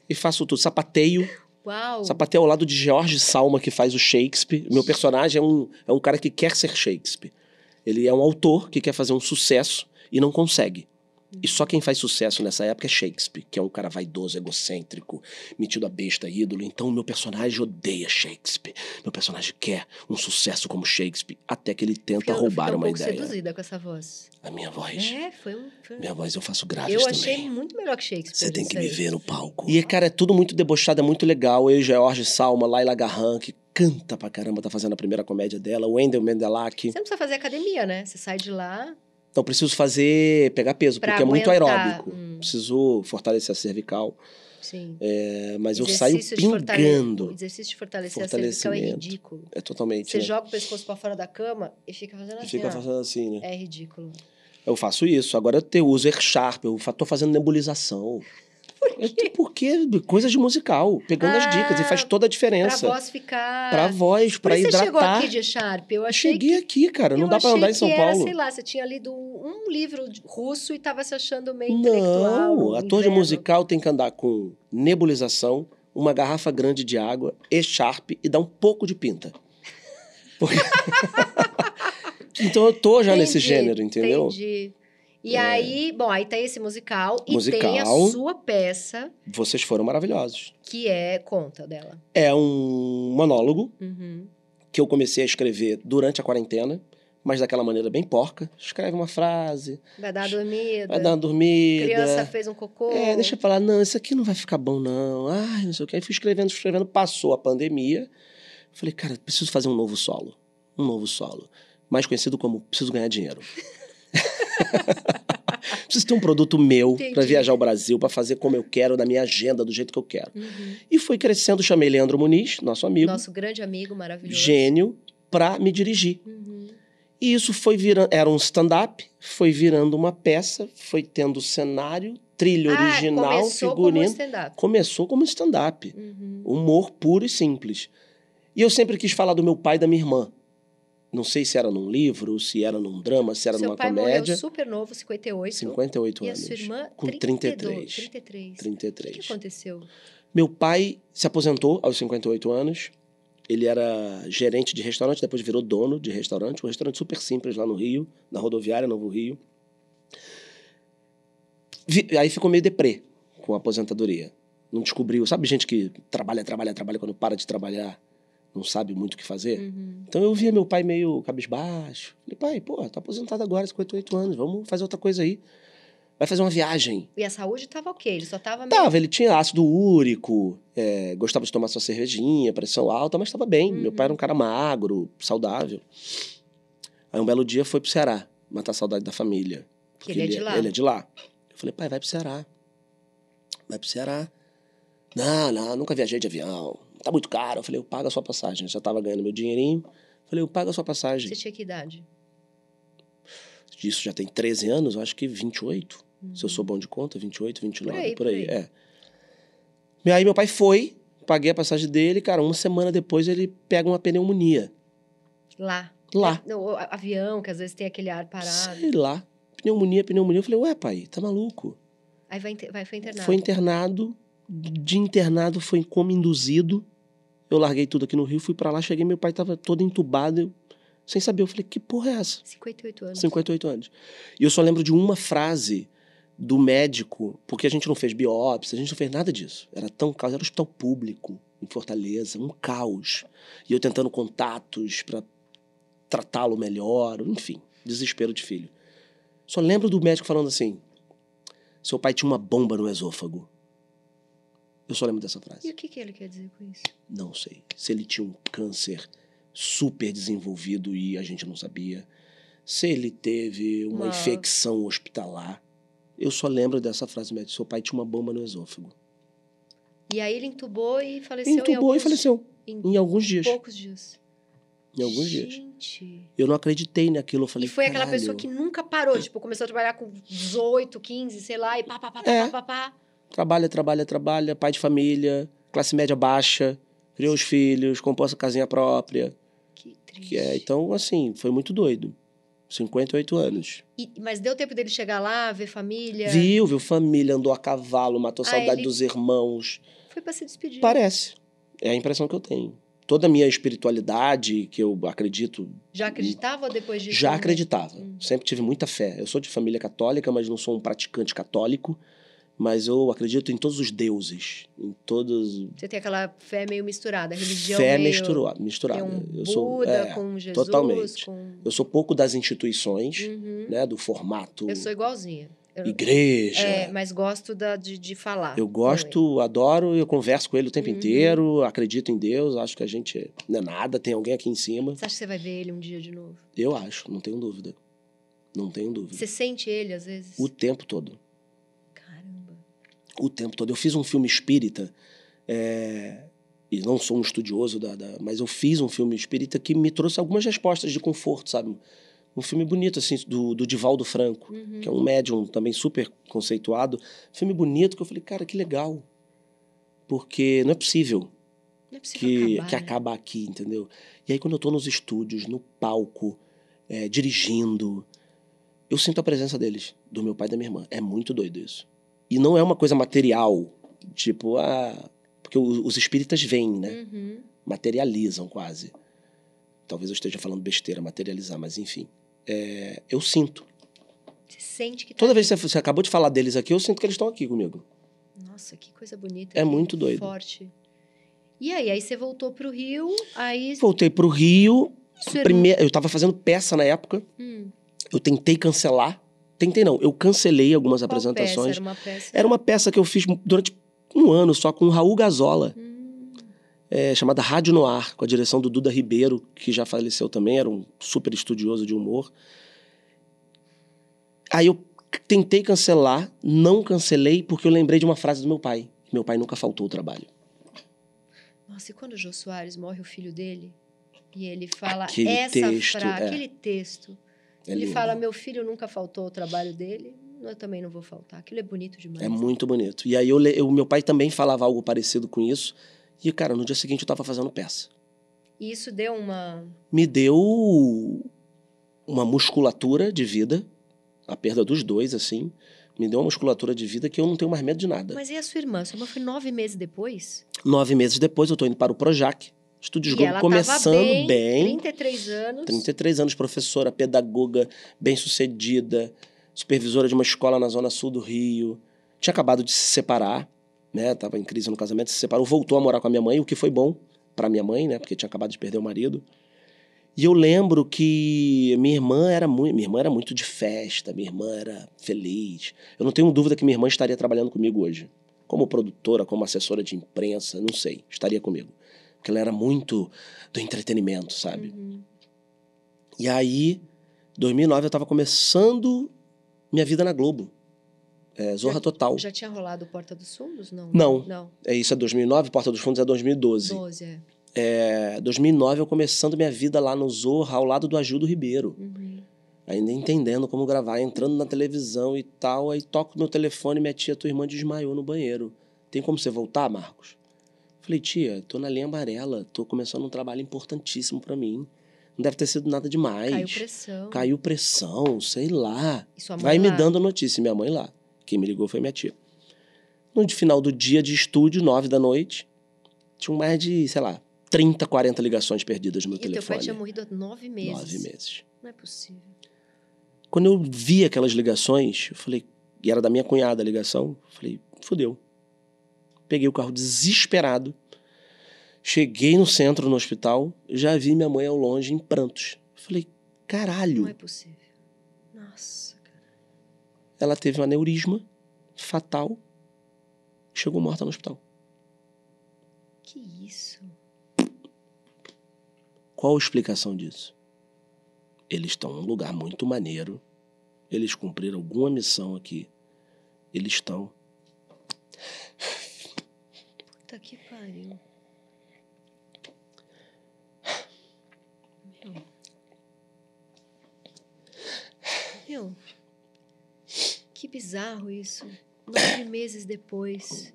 e faço tudo. Sapateio. Uau! Sapateio ao lado de George Salma, que faz o Shakespeare. Meu personagem é um, é um cara que quer ser Shakespeare. Ele é um autor que quer fazer um sucesso e não consegue. E só quem faz sucesso nessa época é Shakespeare, que é um cara vaidoso, egocêntrico, metido a besta, ídolo. Então, o meu personagem odeia Shakespeare. Meu personagem quer um sucesso como Shakespeare, até que ele tenta Fiquei- roubar fiquei um uma pouco ideia. seduzida com essa voz. A minha voz. É, foi um... foi um- Minha voz eu faço graves Eu também. achei muito melhor que Shakespeare. Você tem isso que me aí. ver no palco. E, cara, é tudo muito debochado, é muito legal. Eu, George Salma, Laila Garran, que canta pra caramba, tá fazendo a primeira comédia dela. Wendel Mendelak. Você não precisa fazer academia, né? Você sai de lá... Então, preciso fazer, pegar peso, Pra porque é muito aguentar, aeróbico. hum. Preciso fortalecer a cervical. Sim. É, mas Exercício de eu saio fortale- O pingando. exercício de fortalecer a cervical é Fortalecimento. ridículo. É totalmente. Você né? joga o pescoço pra fora da cama e fica fazendo E assim. Fica ó. fazendo assim, né? É ridículo. Eu faço isso. Agora eu te- uso Air Sharp, eu fa- tô fazendo nebulização. Por quê? Porque coisas de musical, pegando as dicas, e faz Ah, toda a Pra diferença. voz ficar. Pra voz, Por pra isso você chegou hidratar. aqui de Sharp. Eu achei Cheguei que. aqui, cara. Não eu dá pra achei andar em São que Era, Paulo. sei lá, você tinha lido um, um livro de- russo e tava se achando meio intelectual. Não, um ator de inverno. musical tem que andar com nebulização, uma garrafa grande de água, e-sharp e dar um pouco de pinta. Porque- então eu tô já nesse Entendi, gênero, entendeu? Entendi. E É. aí, bom, aí tem esse musical, e tem a Musical. sua peça, Vocês foram maravilhosos. que é conta dela. É um monólogo Uhum. que eu comecei a escrever durante a quarentena, mas daquela maneira bem porca. Escreve uma frase, Vai dar uma dormida. vai dar uma dormida. Criança fez um cocô. É, deixa eu falar, não, isso aqui não vai ficar bom, não. Ai, não sei o que. Aí fui escrevendo, escrevendo, passou a pandemia. Falei, cara, preciso fazer um novo solo. Um novo solo. Mais conhecido como preciso ganhar dinheiro. preciso ter um produto meu pra Entendi. viajar o Brasil, pra fazer como eu quero, na minha agenda, do jeito que eu quero. Uhum. E fui crescendo, chamei Leandro Muniz, nosso amigo, Nosso grande amigo maravilhoso. gênio, pra me dirigir. Uhum. E isso foi virando. Era um stand-up, foi virando uma peça, foi tendo cenário, trilha Ah, original, começou figurino. Como stand-up. Começou como stand-up. Uhum. Humor puro e simples. E eu sempre quis falar do meu pai e da minha irmã. Não sei se era num livro, se era num drama, se era Seu numa pai comédia. morreu super novo, 58. 58 e a anos. sua irmã, Com 32, 33. 33. O que 33. aconteceu? Meu pai se aposentou aos 58 anos. Ele era gerente de restaurante, depois virou dono de restaurante, um restaurante super simples lá no Rio, na rodoviária Novo Rio. Vi- aí ficou meio deprê com a aposentadoria. Não descobriu, sabe gente que trabalha, trabalha, trabalha, quando para de trabalhar, não sabe muito o que fazer? Uhum. Então eu via meu pai meio cabisbaixo. Falei, pai, pô, tá aposentado agora, 58 anos, vamos fazer outra coisa aí. Vai fazer uma viagem. E a saúde tava ok, ele só tava meio... Tava, ele tinha ácido úrico, é, gostava de tomar sua cervejinha, pressão alta, mas tava bem. Meu Uhum. pai era um cara magro, saudável. Aí um belo dia foi pro Ceará, matar a saudade da família. Que ele é de lá. Ele é de lá. Eu falei, pai, vai pro Ceará. Vai pro Ceará. Não, não, nunca viajei de avião. Tá muito caro. Eu falei, eu pago a sua passagem. Já tava ganhando meu dinheirinho. Eu falei, eu pago a sua passagem. Você tinha que idade? Isso já tem 13 anos, eu acho que 28. Uhum. Se eu sou bom de conta, 28, 29, Por por aí, aí, por aí. é. E aí meu pai foi, paguei a passagem dele, cara, uma semana depois ele pega uma pneumonia. Lá. Lá. No, o a- avião, que às vezes tem aquele ar parado. Sei lá. Pneumonia, pneumonia. Eu falei, ué, pai, tá maluco? Aí vai, inter- vai, foi internado. Foi internado, de internado foi como induzido. Eu larguei tudo aqui no Rio, fui pra lá, cheguei, meu pai tava todo entubado, eu- sem saber. Eu falei, que porra é essa? 58 anos. 58 anos. E eu só lembro de uma frase do médico, porque a gente não fez biópsia, a gente não fez nada disso. Era tão caos, era um hospital público em Fortaleza, um caos. E eu tentando contatos para tratá-lo melhor, enfim, desespero de filho. Só lembro do médico falando assim: "Seu pai tinha uma bomba no esôfago". Eu só lembro dessa frase. E o que, que ele quer dizer com isso? Não sei. Se ele tinha um câncer super desenvolvido e a gente não sabia. Se ele teve uma Uma- infecção hospitalar. Eu só lembro dessa frase médica. Seu pai tinha uma bomba no esôfago. E aí ele entubou e faleceu em Entubou e alguns- faleceu. Em Em alguns dias. poucos dias. Em alguns dias. Gente... Eu não acreditei naquilo. Eu falei, e foi aquela "Caralho". pessoa que nunca parou, tipo, começou a trabalhar com 18, 15, sei lá, e pá, pá, pá, pá, É. pá, pá, pá. Trabalha, trabalha, trabalha. Pai de família. Classe média baixa. Criou os filhos. Compôs a casinha própria. Que triste. Que é, então, assim, foi muito doido. 58 anos. E- mas deu tempo dele chegar lá, ver família? Viu, viu família, andou a cavalo, matou É. Ah, saudade ele- dos irmãos. Foi pra se despedir. Parece. É a impressão que eu tenho. Toda a minha espiritualidade, que eu acredito, Já acreditava ou depois disso? já não? acreditava. Hum. Sempre tive muita fé. Eu sou de família católica, mas não sou um praticante católico. Mas eu acredito em todos os deuses, em todos. Você tem aquela fé meio misturada, a religião Fé meio... misturou- misturada. Tem um Buda eu sou. é, com Jesus, totalmente. com... eu sou pouco das instituições, Uhum. né? Do formato Eu sou igualzinha. Eu- igreja. É, mas gosto da- de, de falar. Eu com gosto, adoro, eu converso com ele o tempo Ah, Uhum. inteiro, acredito em Deus, acho que a gente não é nada, tem alguém aqui em cima. ele. Você acha que você vai ver ele um dia de novo? Eu acho, não tenho dúvida. Não tenho dúvida. Você sente ele às vezes? Hum. O tempo todo. Caramba. O tempo todo. Eu fiz um filme espírita, é, e não sou um estudioso, da, da- mas eu fiz um filme espírita que me trouxe algumas respostas de conforto, sabe? Um filme bonito, assim, do, do Divaldo Franco. Uhum. que é um médium também super conceituado. Filme bonito que eu falei, cara, que legal. Porque não é possível Não é possível que, acabar, que né? acaba aqui, entendeu? E aí, quando eu tô nos estúdios, no palco, é, dirigindo, eu sinto a presença deles, do meu pai e da minha irmã. É muito doido isso. E não é uma coisa material, tipo, ah. Porque o- os espíritas vêm, né? Uhum. materializam quase. Talvez eu esteja falando besteira, materializar, mas enfim. É, eu sinto. Você sente que tá Toda ali. vez que você- você acabou de falar deles aqui, eu sinto que eles estão aqui comigo. Nossa, que coisa bonita. É que muito doido. Forte. E aí, aí você voltou pro Rio, aí... Voltei pro Rio. isso era um- Primeiro, eu tava fazendo peça na época. Hum, Eu tentei cancelar. Tentei não, eu cancelei algumas qual apresentações. Peça? Era uma peça... Era uma peça que eu fiz durante um ano só com o Raul Gazola, Hum, é, chamada Rádio Noir, com a direção do Duda Ribeiro, que já faleceu também, era um super estudioso de humor. Aí eu tentei cancelar, não cancelei, porque eu lembrei de uma frase do meu pai. Meu pai nunca faltou o trabalho. Nossa, e quando o Jô Soares morre o filho dele? E ele fala Aquele essa texto, frase, é. aquele texto. É ele lindo. fala, meu filho nunca faltou o trabalho dele, eu também não vou faltar. Aquilo é bonito demais. É muito bonito. E aí eu, le- eu- meu pai também falava algo parecido com isso. E, cara, no dia seguinte eu tava fazendo peça. E isso deu uma... Me deu uma musculatura de vida, a perda dos dois, assim. Me deu uma musculatura de vida que eu não tenho mais medo de nada. Mas e a sua irmã? Sua irmã foi nove meses depois? Nove meses depois eu tô indo para o Projac. Estúdios e Globo ela começando tava bem, bem. 33 anos. 33 anos, professora, pedagoga, bem-sucedida, supervisora de uma escola na zona sul do Rio. Tinha acabado de se separar, né? Tava em crise no casamento, se separou, voltou a morar com a minha mãe, o que foi bom para minha mãe, né? Porque tinha acabado de perder o marido. E eu lembro que minha irmã era muito, minha irmã era muito de festa, minha irmã era feliz. Eu não tenho dúvida que minha irmã estaria trabalhando comigo hoje, como produtora, como assessora de imprensa, não sei, estaria comigo. Porque ela era muito do entretenimento, sabe? Uhum. E aí, 2009, eu tava começando minha vida na Globo. É, Zorra Total. Já tinha rolado Porta dos Fundos? Não. Não. Não. É, isso é 2009, Porta dos Fundos é 2012. 12, é. É, 2009, eu começando minha vida lá no Zorra, ao lado do Agildo Ribeiro. Uhum. Ainda entendendo como gravar, entrando na televisão e tal. Aí toco meu telefone, minha tia, tua irmã desmaiou no banheiro. Tem como você voltar, Marcos? Falei, tia, tô na linha amarela, tô começando um trabalho importantíssimo pra mim. Não deve ter sido nada demais. Caiu pressão. Caiu pressão, sei lá. E sua mãe Vai me lá? dando notícia, minha mãe lá. Quem me ligou foi minha tia. No de- final do dia de estúdio, nove da noite, tinha mais de, sei lá, 30, 40 ligações perdidas no meu E o teu pai telefone. tinha morrido há nove meses. Nove meses. Não é possível. Quando eu vi aquelas ligações, eu falei, e era da minha cunhada a ligação, eu falei, fudeu. Peguei o carro desesperado, cheguei no centro, no hospital, já vi minha mãe ao longe em prantos. Eu Falei, caralho. Não é possível. Nossa, cara. ela teve um aneurisma fatal e chegou morta no hospital. Que isso? Qual a explicação disso? Eles estão num lugar muito maneiro. Eles cumpriram alguma missão aqui. Eles estão. Puta que pariu. Meu. Meu. Que bizarro isso. Nove meses depois.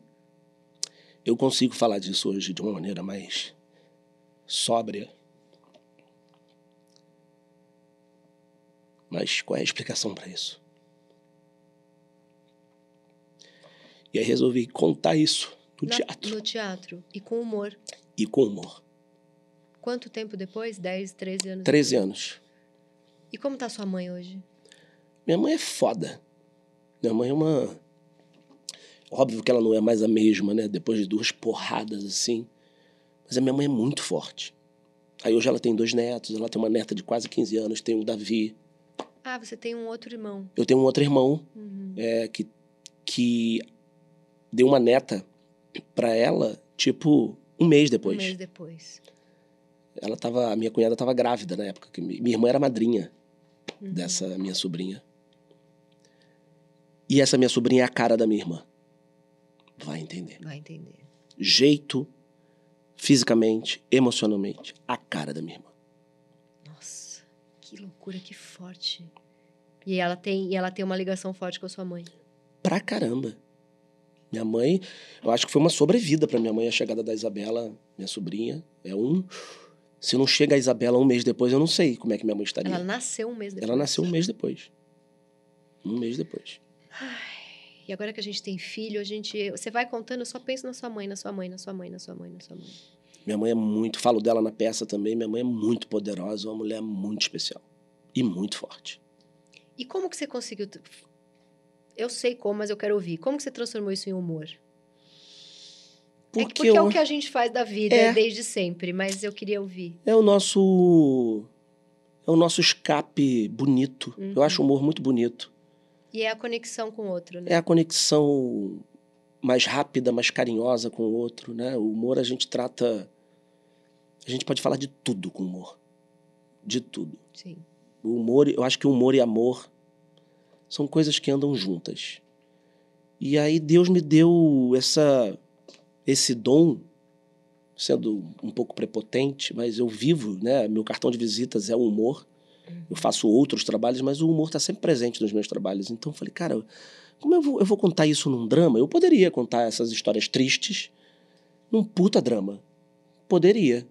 Eu consigo falar disso hoje de uma maneira mais sóbria. Mas qual é a explicação para isso? E aí resolvi contar isso no Na- teatro No teatro. E com humor. e com humor. Quanto tempo depois? 10, 13 anos? 13 anos. E como tá sua mãe hoje? Minha mãe é foda. Minha mãe é uma. Óbvio que ela não é mais a mesma, né? Depois de duas porradas assim. Mas a minha mãe é muito forte. Aí hoje ela tem dois netos, ela tem uma neta de quase 15 anos, tem um Davi. Ah, você tem um outro irmão. Eu tenho um outro irmão Uhum. é, que, que deu uma neta pra ela, tipo, um mês Um depois. mês depois. Ela tava. A minha cunhada tava grávida na época. Que mi- minha irmã era madrinha dessa minha sobrinha. E essa minha sobrinha é a cara da minha irmã. Vai entender. Vai entender. Jeito, fisicamente, emocionalmente, a cara da minha irmã. Nossa, que loucura, que forte. E ela tem, e ela tem uma ligação forte com a sua mãe. Pra caramba. Minha mãe, eu acho que foi uma sobrevida pra minha mãe a chegada da Isabela, minha sobrinha. É um. Se não chega a Isabela um mês depois, eu não sei como é que minha mãe estaria. Ela nasceu um mês depois. Ela nasceu um mês depois. Um mês depois. E agora que a gente tem filho, a gente, você vai contando, eu só penso na sua mãe, na sua mãe, na sua mãe, na sua mãe, na sua mãe. Minha mãe é muito, falo dela na peça também, minha mãe é muito poderosa, uma mulher muito especial e muito forte. E como que você conseguiu? tr- Eu sei como, mas eu quero ouvir. Como que você transformou isso em humor? é, que- porque é o que a gente faz da vida É. desde sempre, mas eu queria ouvir. é o nosso é o nosso escape bonito. Uhum. Eu acho o humor muito bonito. E é a conexão com o outro, né? É a conexão mais rápida, mais carinhosa com o outro, né? O humor a gente trata a gente pode falar de tudo com humor. De tudo. Sim. O humor, eu acho que o humor e amor são coisas que andam juntas. E aí Deus me deu essa esse dom, sendo um pouco prepotente, mas eu vivo, né? Meu cartão de visitas é o humor. Eu faço outros trabalhos, mas o humor está sempre presente nos meus trabalhos. Então eu falei, cara, como eu vou, eu vou contar isso num drama? Eu poderia contar essas histórias tristes num puta drama. Poderia.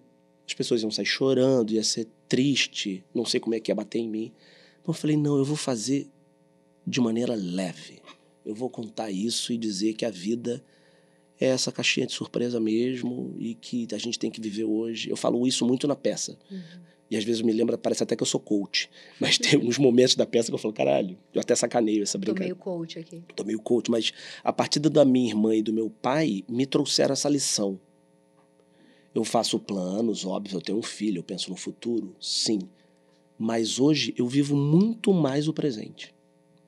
As pessoas iam sair chorando, ia ser triste, não sei como é que ia bater em mim. Então eu falei, não, eu vou fazer de maneira leve. Eu vou contar isso e dizer que a vida é essa caixinha de surpresa mesmo e que a gente tem que viver hoje. Eu falo isso muito na peça. Uhum. E às vezes eu me lembro, parece até que eu sou coach. Mas tem uns momentos da peça que eu falo, caralho, eu até sacaneio essa Tô brincadeira meio coach aqui. tô meio coach, mas a partida da minha irmã e do meu pai me trouxeram essa lição. Eu faço planos, óbvio, eu tenho um filho, eu penso no futuro, sim. Mas hoje eu vivo muito mais o presente,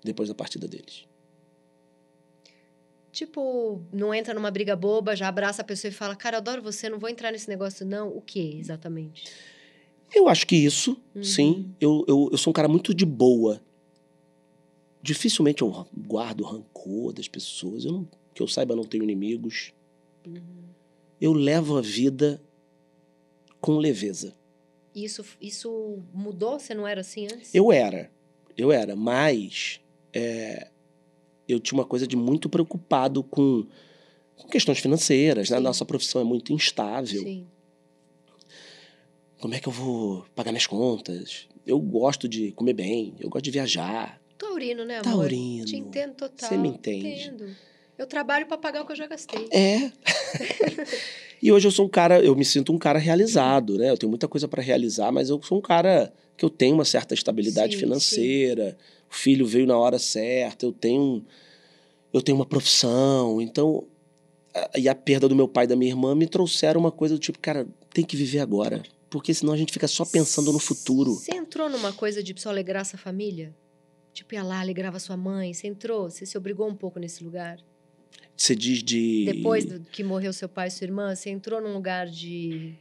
depois da partida deles. Tipo, não entra numa briga boba, já abraça a pessoa e fala: Cara, eu adoro você, não vou entrar nesse negócio, não. O que exatamente? Eu acho que isso, Uhum. sim. Eu, eu, eu sou um cara muito de boa. Dificilmente eu guardo rancor das pessoas. Eu não- que eu saiba, eu não tenho inimigos. Eu levo a vida com leveza. Isso, isso mudou? Você não era assim antes? Eu era, eu era, mas é, eu tinha uma coisa de muito preocupado com, com questões financeiras, né? Sim. Nossa profissão é muito instável. Sim. Como é que eu vou pagar minhas contas? Eu gosto de comer bem, eu gosto de viajar. Taurino, né, Tá amor? Taurino. Te entendo total. Você me entende. Entendo. Eu trabalho pra pagar o que eu já gastei. É. e hoje eu sou um cara, eu me sinto um cara realizado, né? Eu tenho muita coisa para realizar, mas eu sou um cara que eu tenho uma certa estabilidade Sim, financeira. O filho veio na hora certa, eu tenho um, eu tenho uma profissão, então a- e a perda do meu pai e da minha irmã me trouxeram uma coisa do tipo, cara, tem que viver agora, porque senão a gente fica só pensando no futuro. Você entrou numa coisa de só alegrar sua família? Tipo, ia lá, alegrava sua mãe. Você entrou? Você se obrigou um pouco nesse lugar? Você diz de Depois do, que morreu seu pai e sua irmã, você entrou num lugar de.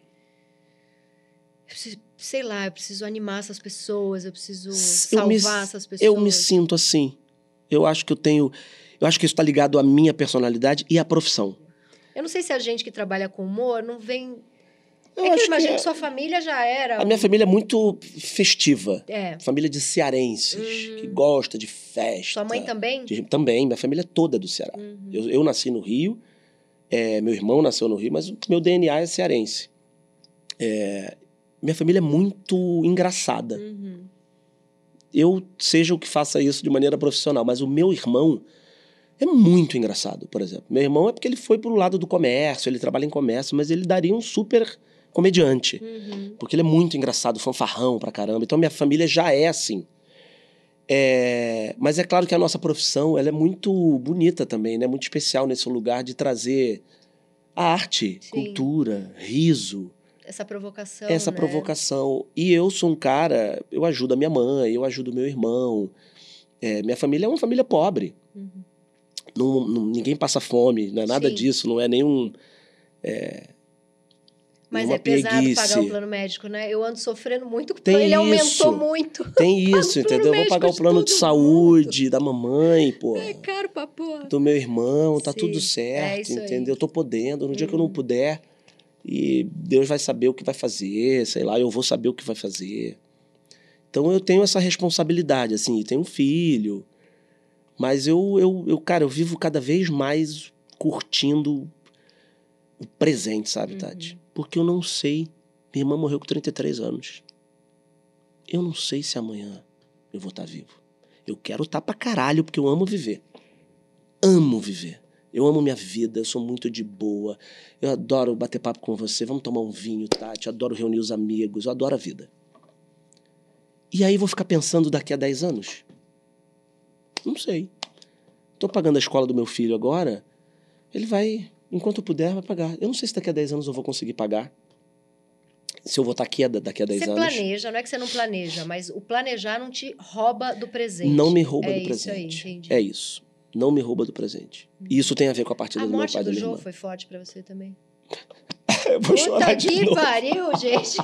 eu preciso- Sei lá, eu preciso animar essas pessoas, eu preciso S- eu salvar me s- essas pessoas. Eu me sinto assim. Eu acho que eu tenho. Eu acho que isso está ligado à minha personalidade e à profissão. Eu não sei se a gente que trabalha com humor não vem. Eu é que acho eu que imagino que, um é- sua família já era. a minha família é muito festiva. É. Família de cearenses, Uhum. que gosta de festa. Sua mãe também? Tá. de- também, minha família é toda do Ceará. Uhum. Eu, eu nasci no Rio, é, meu irmão nasceu no Rio, mas o meu DNA é cearense. Hum. É, minha família é muito engraçada. Uhum. eu seja o que faça isso de maneira profissional, mas o meu irmão é muito engraçado, por exemplo. Meu irmão é porque ele foi pro lado do comércio, ele trabalha em comércio, mas ele daria um super comediante. Uhum. Porque ele é muito engraçado, fanfarrão pra caramba. Então minha família já é assim. É, mas é claro que a nossa profissão ela é muito bonita também, né? Muito especial nesse lugar de trazer a arte, Sim. cultura, riso, Essa provocação. essa né? provocação. E eu sou um cara, eu ajudo a minha mãe, eu ajudo meu irmão. É, minha família é uma família pobre. Uhum. Não- não- ninguém passa fome, não é nada Sim. disso, não é nenhum. Mas uma é pesado preguiça. pagar o plano médico, né? Eu ando sofrendo muito com o Tem plano. Ele isso. aumentou muito. Tem isso, plano entendeu? Eu Vou médico pagar o de plano de todo saúde da mamãe, pô. É caro pra porra. do meu irmão, tá Sim, tudo é certo, isso aí. Uhum. entendeu? Eu tô podendo, no dia que eu não puder, e Deus vai saber o que vai fazer, sei lá, eu vou saber o que vai fazer. Então eu tenho essa responsabilidade, assim, e tenho um filho, mas eu, eu, eu, cara, eu vivo cada vez mais curtindo o presente, sabe, Tati? Porque eu não sei. Minha irmã morreu com 33 anos. Eu não sei se amanhã eu vou estar vivo. Eu quero estar pra caralho, porque eu amo viver. Amo viver. Eu amo minha vida, eu sou muito de boa. Eu adoro bater papo com você. Vamos tomar um vinho, Tati. Eu adoro reunir os amigos. Eu adoro a vida. E aí vou ficar pensando daqui a 10 anos? Não sei. Tô pagando a escola do meu filho agora. Ele vai, enquanto eu puder, vai pagar. Eu não sei se daqui a 10 anos eu vou conseguir pagar. Se eu vou estar aqui a- daqui a 10 Você anos. planeja, não é que você não planeja, mas o planejar não te rouba do presente. Não me rouba É do isso aí, presente. entendi. é isso. Não me rouba do presente. E isso tem a ver com a partida A do meu morte pai e do da minha Jô irmã. foi forte pra você também. Eu vou chorar Puta de que novo. pariu, gente.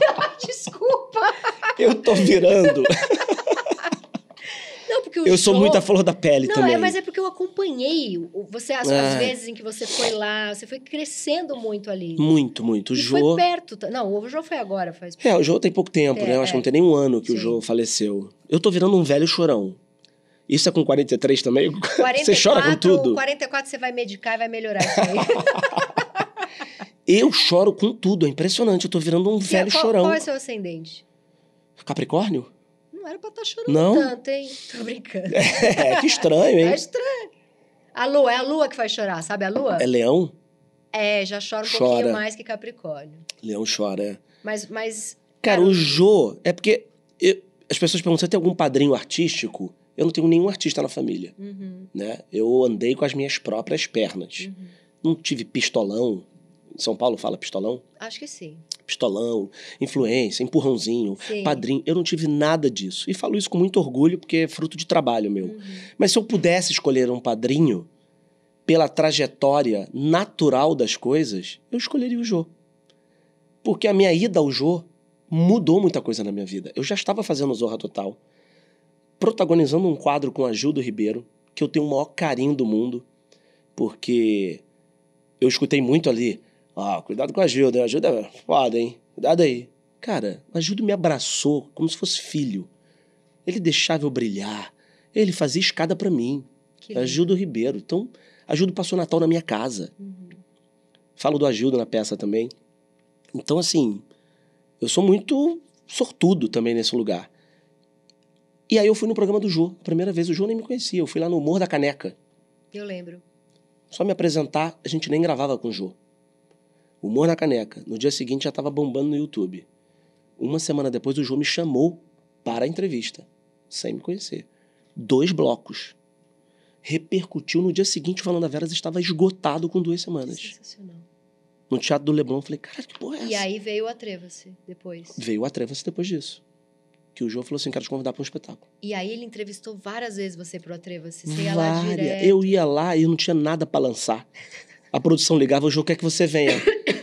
Desculpa. Eu tô virando. Não, porque o Eu sou Jô- muito a flor da pele Não, também. é, mas é porque eu acompanhei o- você as, as Ah. vezes em que você foi lá, você foi crescendo muito ali. Muito, muito. O e Jô. foi perto. ta- Não, o Jô foi agora, faz. É, o Jô tem pouco tempo, É, né? Eu acho que é. não tem nem um ano que o Sim. Jô faleceu. Eu tô virando um velho chorão. Isso é com 43 também? 44, Você chora com tudo? 44 você vai medicar e vai melhorar isso aí. Eu choro com tudo, é impressionante. Eu tô virando um velho qual, chorão. Qual é seu ascendente? Capricórnio? Não era pra estar chorando Não? tanto, hein? Tô brincando. É, que estranho, É hein? estranho. A lua, é a lua que faz chorar, sabe a lua? É leão? É, já chora um Chora. pouquinho mais que Capricórnio. Leão chora, é. Mas, mas Cara, o Jô, é porque eu- as pessoas perguntam: você tem algum padrinho artístico? Eu não tenho nenhum artista na família, uhum, né? Eu andei com as minhas próprias pernas. uhum. Não tive pistolão. Em São Paulo fala pistolão? acho que sim. Pistolão, influência, empurrãozinho, sim. padrinho. Eu não tive nada disso. E falo isso com muito orgulho, porque é fruto de trabalho meu. Uhum. Mas se eu pudesse escolher um padrinho, pela trajetória natural das coisas, eu escolheria o Jô. Porque a minha ida ao Jô mudou muita coisa na minha vida. Eu já estava fazendo Zorra Total, protagonizando um quadro com a Gildo Ribeiro, que eu tenho o maior carinho do mundo, porque eu escutei muito ali, ah, cuidado com a Gildo, hein? a Gildo é foda, hein? Cuidado aí. Cara, a Gildo me abraçou como se fosse filho. Ele deixava eu brilhar, ele fazia escada pra mim. Que lindo. Agildo Ribeiro. Então, Agildo passou Natal na minha casa. Uhum. Falo do Agildo na peça também. Então, assim, eu sou muito sortudo também nesse lugar. E aí eu fui no programa do Jô. A primeira vez o Jô nem me conhecia. Eu fui lá no Humor da Caneca. Eu lembro. Só me apresentar, a gente nem gravava com o Jô. Humor na Caneca. No dia seguinte já tava bombando no YouTube. Uma semana depois o Jô me chamou para a entrevista. Sem me conhecer. Dois blocos. Repercutiu no dia seguinte, o Falando a Veras estava esgotado com duas semanas. Sensacional. No Teatro do Leblon, eu falei, cara, que porra é essa? E aí veio o Atreva-se depois. Veio a Treva-se depois disso. Que o Jô falou assim, quero te convidar para um espetáculo. E aí ele entrevistou várias vezes você pro Atreva-se. Você ia lá Várias. direto. Eu ia lá e eu não tinha nada pra lançar. A produção ligava, o Jô quer que você venha.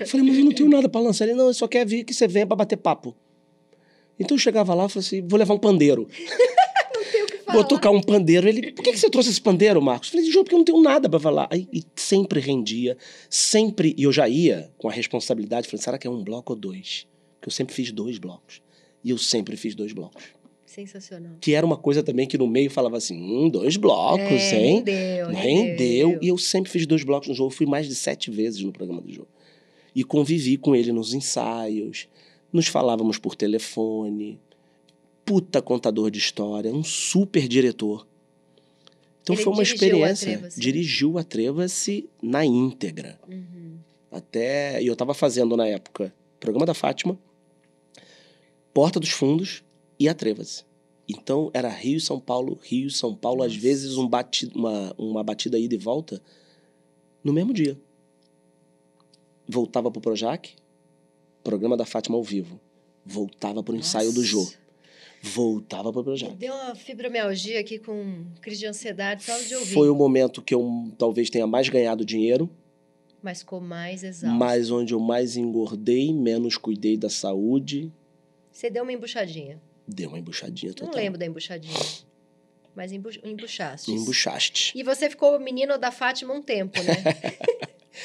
Eu falei, mas eu não tenho nada pra lançar. Ele, não, eu só quero vir que você venha pra bater papo. Então eu chegava lá e falava assim, vou levar um pandeiro. Tem o que falar. Vou tocar um pandeiro. Ele, por que, que você trouxe esse pandeiro, Marcos? Eu falei, Jô, porque eu não tenho nada pra falar. Aí, e sempre rendia, sempre... E eu já ia com a responsabilidade, falando, será que é um bloco ou dois? Porque eu sempre fiz dois blocos. E eu sempre fiz dois blocos. Sensacional. Que era uma coisa também que no meio falava assim, hum, dois blocos, É, hein? Rendeu, Rendeu. E eu sempre fiz dois blocos no jogo. Fui mais de sete vezes no programa do jogo. E convivi com ele nos ensaios. Nos falávamos por telefone. puta contador de história, um super diretor. Então Ele foi uma dirigiu a experiência. Treva-se. né? Dirigiu a Treva-se na íntegra. Uhum. Até. E eu tava fazendo na época programa da Fátima, Porta dos Fundos e a Treva-se. Então era Rio e São Paulo, Rio e São Paulo, às Nossa. vezes um bati- uma, uma batida ida e volta no mesmo dia. Voltava pro Projac, programa da Fátima ao vivo. Voltava pro ensaio do Jô. Nossa. Voltava pro Projac. Me Deu uma fibromialgia aqui com um crise de ansiedade só de ouvir. Foi o momento que eu talvez tenha mais ganhado dinheiro, Mas com mais exausto. mas onde eu mais engordei, menos cuidei da saúde. Você deu uma embuchadinha. Deu uma embuchadinha total. Não lembro da embuchadinha. Mas embu... embuchaste. Embuchaste. E você ficou menino da Fátima um tempo, né?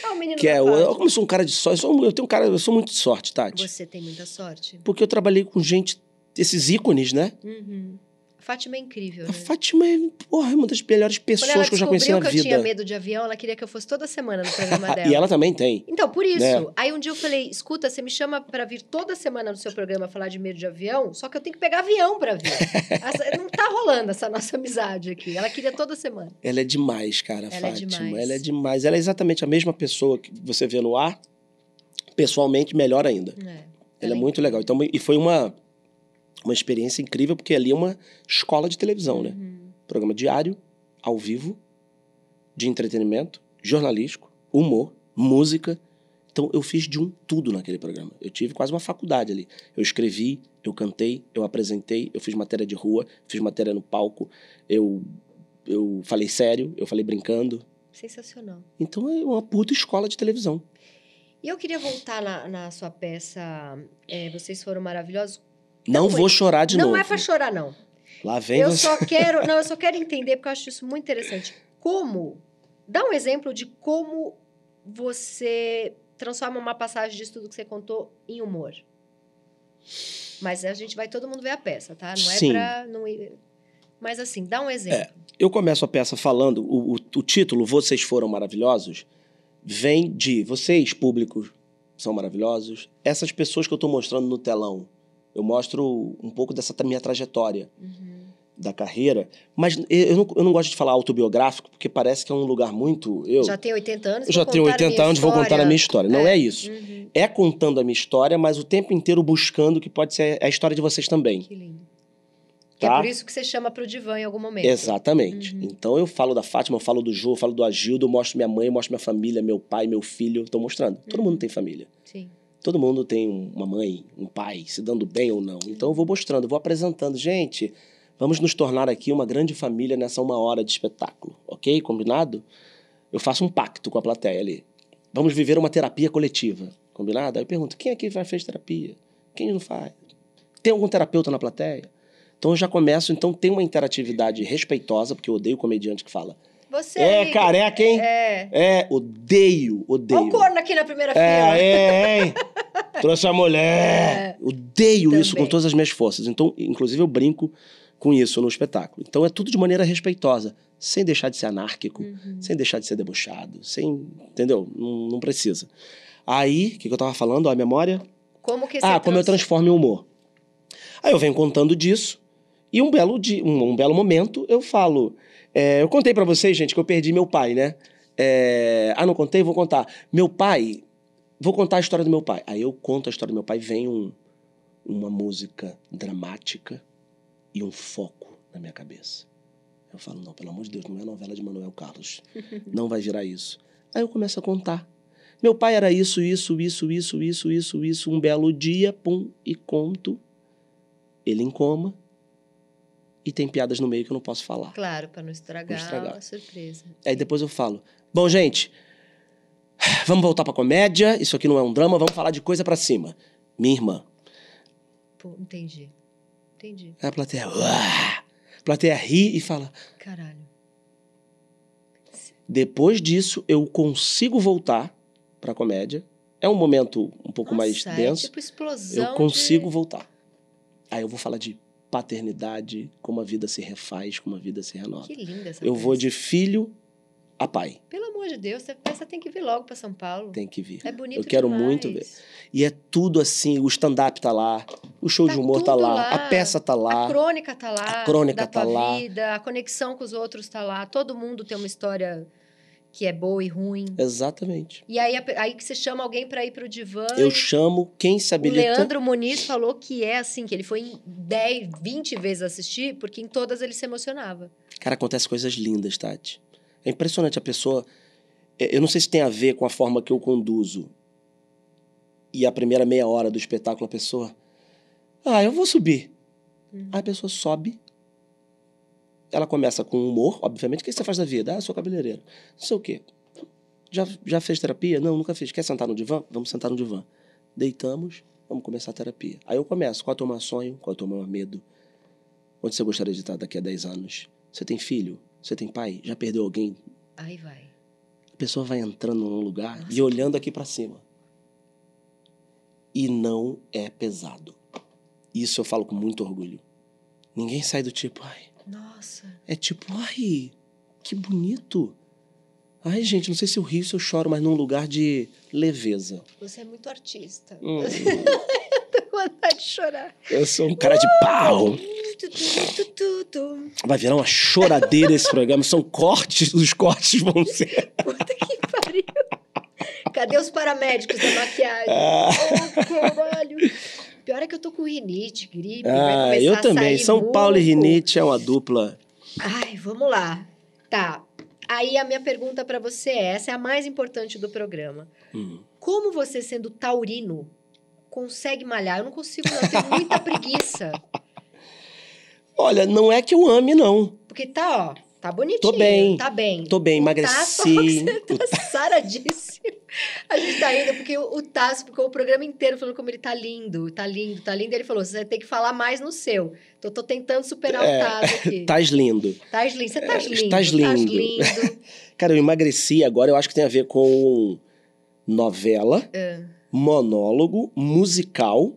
ah, o menino Que da é, eu, Fátima. eu- como eu sou um cara de sorte, eu, sou, eu tenho um cara, eu sou muito de sorte, Tati. Você tem muita sorte. Porque eu trabalhei com gente, esses ícones, né? Uhum. A Fátima é incrível, A né? Fátima é, porra, é uma das melhores Quando ela pessoas que eu já descobriu conheci na que eu tinha vida. Ah, medo de avião, ela queria que eu fosse toda semana no programa dela. e ela também tem. Então, por isso. Né? Aí um dia eu falei, escuta, você me chama pra vir toda semana no seu programa falar de medo de avião, só que eu tenho que pegar avião pra vir. Essa- não tá rolando essa nossa amizade aqui. Ela queria toda semana. Ela é demais, cara, a Ela é Fátima. demais. Ela é demais. Ela é exatamente a mesma pessoa que você vê no ar, pessoalmente, melhor ainda. É. Ela Ela é é muito legal. Então, e foi uma, uma experiência incrível, porque ali é uma escola de televisão, né? Uhum. Programa diário, ao vivo, de entretenimento, jornalístico, humor, música. Então, eu fiz de um tudo naquele programa. Eu tive quase uma faculdade ali. Eu escrevi, eu cantei, eu apresentei, eu fiz matéria de rua, fiz matéria no palco, eu, eu falei sério, eu falei brincando. Sensacional. Então, é uma puta escola de televisão. E eu queria voltar na, na sua peça é, Vocês Foram Maravilhosos. Não, Não, vou é- chorar de não novo. é pra chorar, não. Lá vem eu você. só quero. Não, eu só quero entender, porque eu acho isso muito interessante. Como. Dá um exemplo de como você transforma uma passagem disso tudo que você contou em humor. Mas a gente vai todo mundo ver a peça, tá? Não é Sim. É. pra. Não... ir- Mas assim, dá um exemplo. Eu começo a peça falando, o, o- o título, Vocês Foram Maravilhosos, vem de vocês, públicos, são maravilhosos. Essas pessoas que eu estou mostrando no telão, eu mostro um pouco dessa minha trajetória Uhum. da carreira, mas eu- eu não, eu não gosto de falar autobiográfico, porque parece que é um lugar muito... Eu Já tenho 80 anos. eu já vou tenho contar a minha 80 anos, vou contar a minha história. Não é, isso. história. Uhum. É contando a minha história, mas o tempo inteiro buscando que pode ser a história de vocês também. Que lindo. Que Tá? é por isso que você chama pro divã em algum momento. Exatamente. Uhum. Então eu falo da Fátima, eu falo do Jô, eu falo do Agildo, eu mostro minha mãe, eu mostro minha família, meu pai, meu filho. eu Tô mostrando. Todo Uhum. mundo tem família. Sim. Todo mundo tem uma mãe, um pai, se dando bem ou não. Então eu vou mostrando, eu vou apresentando. Gente, vamos nos tornar aqui uma grande família nessa uma hora de espetáculo, ok? Combinado? Eu faço um pacto com a plateia ali. Vamos viver uma terapia coletiva, combinado? Aí eu pergunto, quem aqui já fez terapia? Quem não faz? Tem algum terapeuta na plateia? Então eu já começo, então tem uma interatividade respeitosa, porque eu odeio comediante que fala. Você. É, aí- careca, hein? É. É, odeio, Olha odeio. o corno aqui na primeira fila. É. É, é, é. hein? Trouxe a mulher. Odeio isso Também. com todas as minhas forças. Então, inclusive, eu brinco com isso no espetáculo. Então, é tudo de maneira respeitosa, sem deixar de ser anárquico, Uhum. sem deixar de ser debochado, sem. Entendeu? Não, não precisa. Aí, o que, que eu tava falando? Ó, a memória. Como que você Ah, como eu trans- transformo em humor. Aí eu venho contando disso, e um belo, di- um, um belo momento eu falo. é, eu contei pra vocês, gente, que eu perdi meu pai, né? É, ah, não contei? Vou contar. Meu pai. Vou contar a história do meu pai. Aí eu conto a história do meu pai, vem um, uma música dramática e um foco na minha cabeça. Eu falo, não, pelo amor de Deus, não é novela de Manuel Carlos. Não vai virar isso. Aí eu começo a contar. Meu pai era isso, isso, isso, isso, isso, isso, isso. Um belo dia, pum, e conto. Ele em coma. E tem piadas no meio que eu não posso falar. Claro, pra não estragar, Não estragar. a surpresa. Aí depois eu falo: Bom, gente, vamos voltar pra comédia. Isso aqui não é um drama, vamos falar de coisa pra cima. Minha irmã. Pô, entendi. Entendi. Aí a plateia. "Uá!" A plateia ri e fala: Caralho. Um Depois disso, eu consigo voltar pra comédia. É um momento um pouco mais Nossa, é denso. tipo explosão. Eu consigo voltar. Aí eu vou falar de paternidade, como a vida se refaz, como a vida se renova. de- Que linda essa Eu vou peça. de filho a pai, Pelo amor de Deus, essa peça tem que vir logo pra São Paulo. tem que vir. É bonito Eu quero demais. muito ver. E é tudo assim, o stand-up tá lá, O show Tá de humor tá tudo lá, lá. A peça tá lá. A crônica tá lá. A crônica da tá tua lá. vida, a conexão com os outros tá lá. Todo mundo tem uma história que é boa e ruim. Exatamente. E aí, a pe- aí que você chama alguém pra ir pro divã. Eu e- chamo quem se o habilita. Leandro Muniz falou que é assim, que ele foi em 10, 20 vezes assistir, porque em todas ele se emocionava. Cara, acontecem coisas lindas, Tati. É impressionante a pessoa. é, Eu não sei se tem a ver com a forma que eu conduzo. E a primeira meia hora do espetáculo, a pessoa. Ah, eu vou subir. Hum. Aí a pessoa sobe. Ela começa com humor, obviamente. O que você faz da vida? Ah, eu sou cabeleireiro. Não sei o quê. Já, já fez terapia? Não, nunca fiz. Quer sentar no divã? Vamos sentar no divã. Deitamos, vamos começar a terapia. Aí eu começo. Qual é o teu maior sonho? Qual é o teu maior medo? Onde você gostaria de estar daqui a 10 anos? Você tem filho? Você tem pai? Já perdeu alguém? Aí vai. A pessoa vai entrando num lugar Nossa, e olhando aqui pra cima. E não é pesado. Isso eu falo com muito orgulho. Ninguém sai do tipo, ai. Nossa. É tipo, ai, que bonito. Ai, gente, não sei se eu rio, se eu choro, mas num lugar de leveza. Você é muito artista. Hum, Tô com vontade de chorar. eu sou um cara de pau. Tu, tu, tu, tu, tu. Vai virar uma choradeira esse programa. São cortes, os cortes vão ser. Puta que pariu. Cadê os paramédicos da maquiagem? Ah. Oh, caralho. Pior é que eu tô com rinite, gripe. vai Ah, começar eu a também. sair São Paulo e muco. Rinite é uma dupla. Ai, vamos lá. Tá. Aí a minha pergunta pra você é: essa é a mais importante do programa. Hum. Como você, sendo taurino, consegue malhar? Eu não consigo, não. Eu tenho muita preguiça. Olha, não é que eu ame, não. Porque tá, ó, tá bonitinho. bem. Tá bem. Tô bem, emagreci. Tá saradíssimo. A gente tá indo, porque o, o Tasso ficou o programa inteiro falando como ele tá lindo, tá lindo, tá lindo. Ele falou: você tem que falar mais no seu. Então, tô tentando superar É, o Tasso aqui. Tás lindo. Tás lindo. Você tá É, lindo. estás lindo. Tás lindo. Cara, eu emagreci agora, eu acho que tem a ver com novela, Ah. monólogo, musical.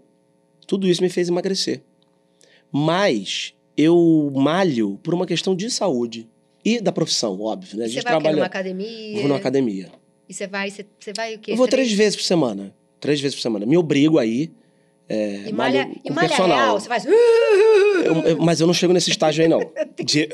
Tudo isso me fez emagrecer. Mas eu malho por uma questão de saúde. E da profissão, óbvio, né? A E Você gente vai o quê? trabalha. numa academia? Vou numa academia. E você vai, você, você vai o quê? Eu vou Você três vem- vezes por semana. Três vezes por semana. Me obrigo aí. E malha, malho e com malha personal. real, você faz... Eu- eu- mas eu não chego nesse estágio aí, não. De-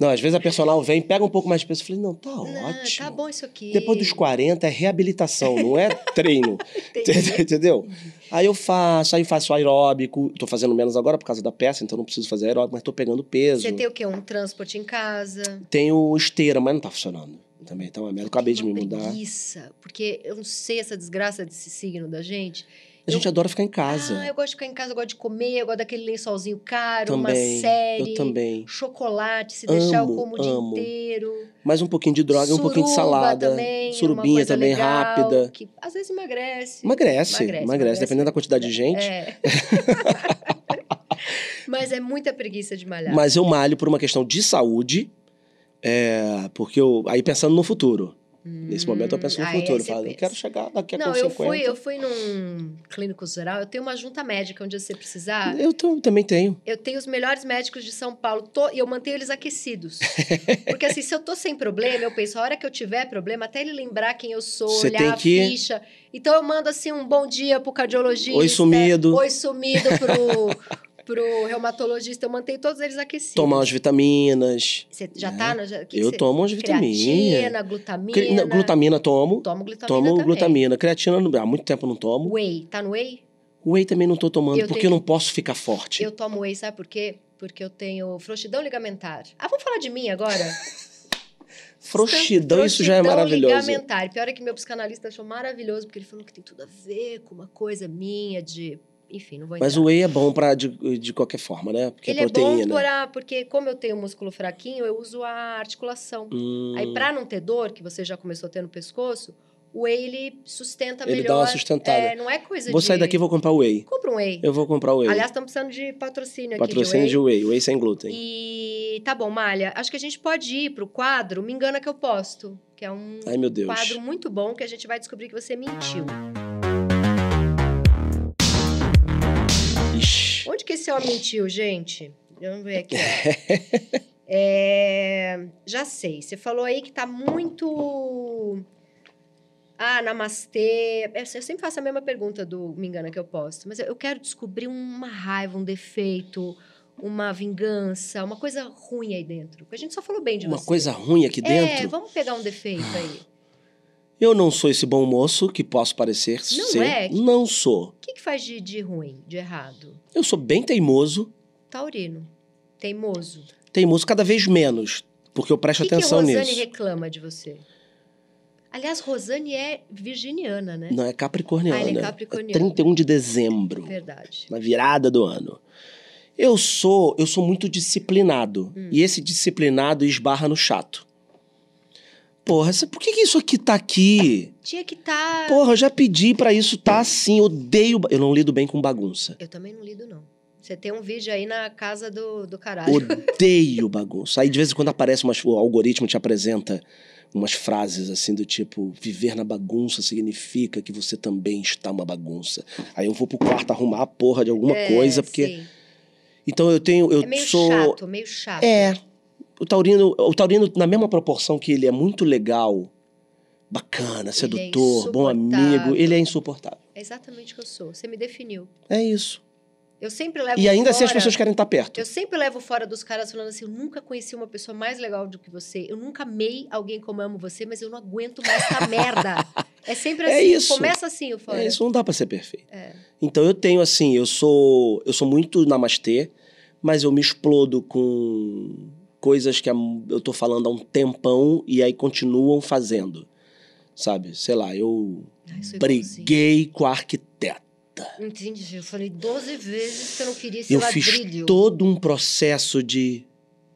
Não, às vezes a personal vem, pega um pouco mais de peso. Eu falei, não, tá Não, ótimo. tá bom isso aqui. Depois dos 40 é reabilitação, não é treino. Entendi. Entendeu? Aí eu faço, aí eu faço aeróbico. Tô fazendo menos agora por causa da peça, então não preciso fazer aeróbico, mas tô pegando peso. Você tem o quê? Um transporte em casa? Tenho esteira, mas não tá funcionando. Também, então é merda. Eu Acabei de Uma me mudar. preguiça, porque eu não sei essa desgraça desse signo da gente. A gente Eu- adora ficar em casa. Ah, eu gosto de ficar em casa, eu gosto de comer, eu gosto daquele lençolzinho caro, também. uma série. Eu também. Chocolate, se deixar eu Amo, como o amo. dia inteiro. Mais um pouquinho de droga, um pouquinho de Suruba salada. também, é uma surubinha coisa também, legal, rápida. Que às vezes emagrece. Emagrece, Emagrece, emagrece, emagrece. dependendo da quantidade de gente. É. Mas é muita preguiça de malhar. Mas eu malho por uma questão de saúde, é, porque eu. Aí pensando no futuro. Nesse momento eu penso no Hum, aí futuro. você Eu falo, eu pensa. quero chegar daqui a Não, com eu 50. fui, eu fui num clínico geral, eu tenho uma junta médica onde você precisar. Eu tô- também tenho. Eu tenho os melhores médicos de São Paulo tô- e eu mantenho eles aquecidos. Porque assim, se eu tô sem problema, eu penso, a hora que eu tiver problema, até ele lembrar quem eu sou, Você olhar tem a que- ficha. Então eu mando assim um bom dia pro cardiologista. Oi, sumido. Oi sumido pro, pro reumatologista. Eu mantenho todos eles aquecidos. Tomar umas vitaminas. Você já né? tá? No, já, que eu que você- tomo umas vitaminas. Creatina, glutamina. Cre- não, Glutamina tomo. Tomo glutamina Tomo também. glutamina. Creatina não- há muito tempo eu não tomo. Whey. Tá no whey? Whey também não tô tomando, Eu porque tenho- eu não posso ficar forte. Eu tomo whey, sabe por quê? Porque eu tenho frouxidão ligamentar. Ah, vamos falar de mim agora? Frouxidão, isso já é Frouxidão maravilhoso. Ligamentar. E Pior é que meu psicanalista achou maravilhoso, porque ele falou que tem tudo a ver com uma coisa minha de. Enfim, não vou entrar. Mas o whey é bom pra, de, de qualquer forma, né? Porque ele é é proteína. bom por a- porque, como eu tenho músculo fraquinho, eu uso a articulação. Hum, Aí, pra não ter dor, que você já começou a ter no pescoço, o whey ele sustenta Ele dá melhor. uma sustentada. É, não é coisa vou de. sair daqui e vou comprar whey. Compra um whey. Eu vou comprar whey. Aliás, estamos precisando de patrocínio, Patrocínio aqui de de whey. whey, whey sem glúten. E tá bom, Malha, acho que a gente pode ir pro quadro Me Engana Que Eu Posto, que é um Ai, meu Deus. quadro muito bom que a gente vai descobrir que você mentiu. Ixi. Onde que esse homem mentiu, gente? Vamos ver aqui. ó. É, já sei. Você falou aí que tá muito Ah, namastê. É, Eu sempre faço a mesma pergunta do Me Engana que eu posto. Mas eu- eu quero descobrir uma raiva, um defeito, uma vingança, uma coisa ruim aí dentro. Porque a gente só falou bem de Uma você. coisa ruim aqui É, dentro. vamos pegar um defeito aí. Eu não sou esse bom moço que posso parecer Não ser. é? Não sou. O que, que faz de, de ruim, de errado? Eu sou bem teimoso, Taurino. Teimoso. teimoso cada vez menos, porque eu presto O que, que a atenção Rosane nisso. reclama de você? Aliás, Rosane é virginiana, né? Não é capricorniana. Ah, ela é capricorniana. 31 de dezembro, Verdade. na virada do ano. Eu sou, eu sou muito disciplinado, Hum. e esse disciplinado esbarra no chato. Porra, essa- por que, que isso aqui tá aqui? Tinha que tá- estar. Porra, eu já pedi pra isso tá assim, eu odeio, ba- eu não lido bem com bagunça. Eu também não lido, não. Você tem um vídeo aí na casa do, do caralho. Odeio bagunça. Aí de vez em quando aparece umas, o algoritmo te apresenta umas frases assim do tipo: viver na bagunça significa que você também está uma bagunça. Aí eu vou pro quarto arrumar a porra de alguma É, coisa, porque. sim. Então eu tenho. Eu É meio sou. chato, meio chato. É. O Taurino, o Taurino, na mesma proporção que ele é muito legal, bacana, Ele é sedutor, bom amigo, insuportável. ele é insuportável. É exatamente o que eu sou. Você me definiu. É isso. Eu sempre levo e ainda fora... assim as pessoas querem estar perto. É, Eu sempre levo fora dos caras falando assim: eu nunca conheci uma pessoa mais legal do que você. Eu nunca amei alguém como eu amo você, mas eu não aguento mais essa merda. É sempre assim. É isso. Começa assim, eu falo. É, isso não dá pra ser perfeito. É. Então eu tenho assim, eu sou eu sou muito namastê, mas eu me explodo com coisas que há mu- eu tô falando há um tempão e aí continuam fazendo. Sabe? Sei lá, eu Ai, sou igualzinho. briguei com a arquiteta. Entendi. Eu falei 12 vezes que eu não queria esse Eu fiz ladrilho. todo um processo de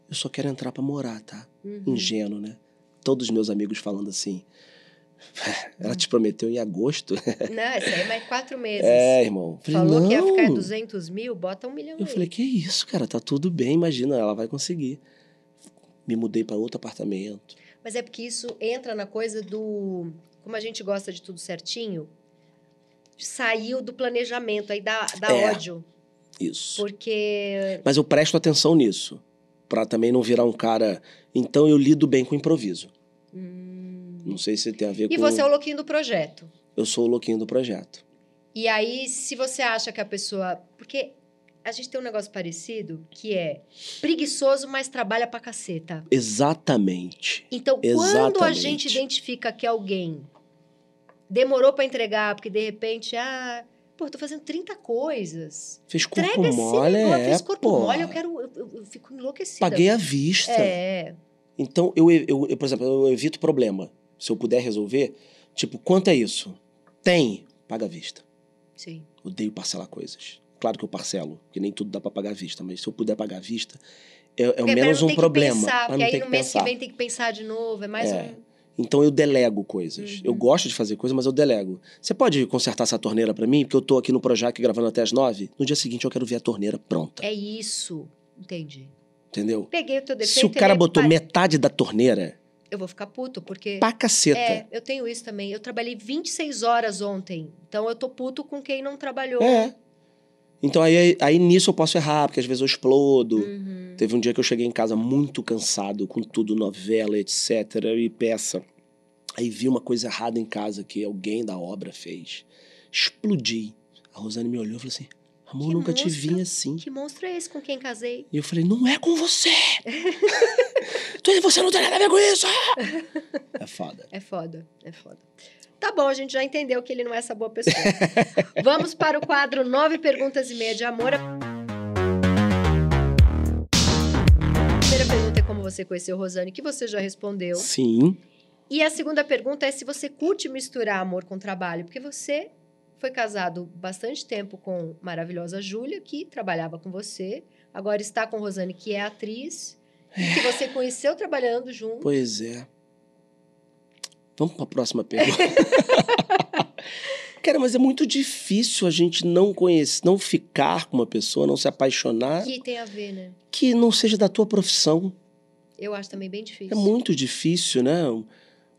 eu só quero entrar pra morar, tá? Uhum. Ingênuo, né? Todos os meus amigos falando assim. Ela Uhum. te prometeu em agosto? Não, essa aí é mais quatro meses. É, irmão. Falei, Falou que ia "Não." ficar 200 mil, bota um milhão Eu aí. falei, que isso, cara, tá tudo bem, imagina, ela vai conseguir. Me mudei pra outro apartamento. Mas é porque isso entra na coisa do. Como a gente gosta de tudo certinho, saiu do planejamento, aí dá, dá É. ódio. Isso. Porque. Mas eu presto atenção nisso. Pra também não virar um cara. Então eu lido bem com improviso. hum, Não sei se tem a ver E com. você é o louquinho do projeto. Eu sou o louquinho do projeto. E aí, se você acha que a pessoa. Porque a gente tem um negócio parecido que é preguiçoso, mas trabalha pra caceta. Exatamente. Então, quando a Exatamente. gente identifica que alguém demorou pra entregar, porque de repente, ah, pô, tô fazendo 30 coisas. Fez corpo Entrega esse mole, negócio, é, fez corpo pô. mole, eu quero. Eu, eu- eu fico enlouquecida. Paguei à vista. É, Então, eu, eu, eu, por exemplo, eu evito problema. Se eu puder resolver, tipo, quanto é isso? Tem, paga à vista. sim. Odeio parcelar coisas. Claro que eu parcelo, porque nem tudo dá pra pagar à vista, mas se eu puder pagar à vista, é, é o Porque pra menos não um ter que problema. Pensar, pra porque não aí ter que no mês pensar. que vem tem que pensar de novo. É mais É. um. Então eu delego coisas. Uhum. Eu gosto de fazer coisas, mas eu delego. Você pode consertar essa torneira pra mim? Porque eu tô aqui no Projac gravando até as nove. No dia seguinte eu quero ver a torneira pronta. É isso. Entendi. Entendeu? Peguei o teu defeito. Se o cara ele- botou pá, metade da torneira, Eu vou ficar puto, porque. pra caceta. É, eu tenho isso também. Eu trabalhei 26 horas ontem. Então eu tô puto com quem não trabalhou. É. Então aí, aí nisso eu posso errar, porque às vezes eu explodo. Uhum. Teve um dia que eu cheguei em casa muito cansado, com tudo, novela, etc. E peça. Aí vi uma coisa errada em casa que alguém da obra fez. Explodi. A Rosane me olhou e falou assim: Amor, Que nunca te monstro. vi assim. Que monstro é esse com quem casei? E eu falei: Não é com você! Tu- você não tem nada a ver com isso! é foda. É foda, é foda. Tá bom, a gente já entendeu que ele não é essa boa pessoa. Vamos para o quadro Nove Perguntas e Meia de Amor. A primeira pergunta é como você conheceu Rosane, que você já respondeu. Sim. E a segunda pergunta é se você curte misturar amor com trabalho, porque você foi casado bastante tempo com a maravilhosa Júlia, que trabalhava com você, agora está com Rosane, que é atriz, e que você conheceu trabalhando junto. Pois é. Vamos para a próxima pergunta. Cara, mas é muito difícil a gente não conhecer, não ficar com uma pessoa, não se apaixonar Que tem a ver, né? que não seja da tua profissão. Eu acho também bem difícil. É muito difícil, né?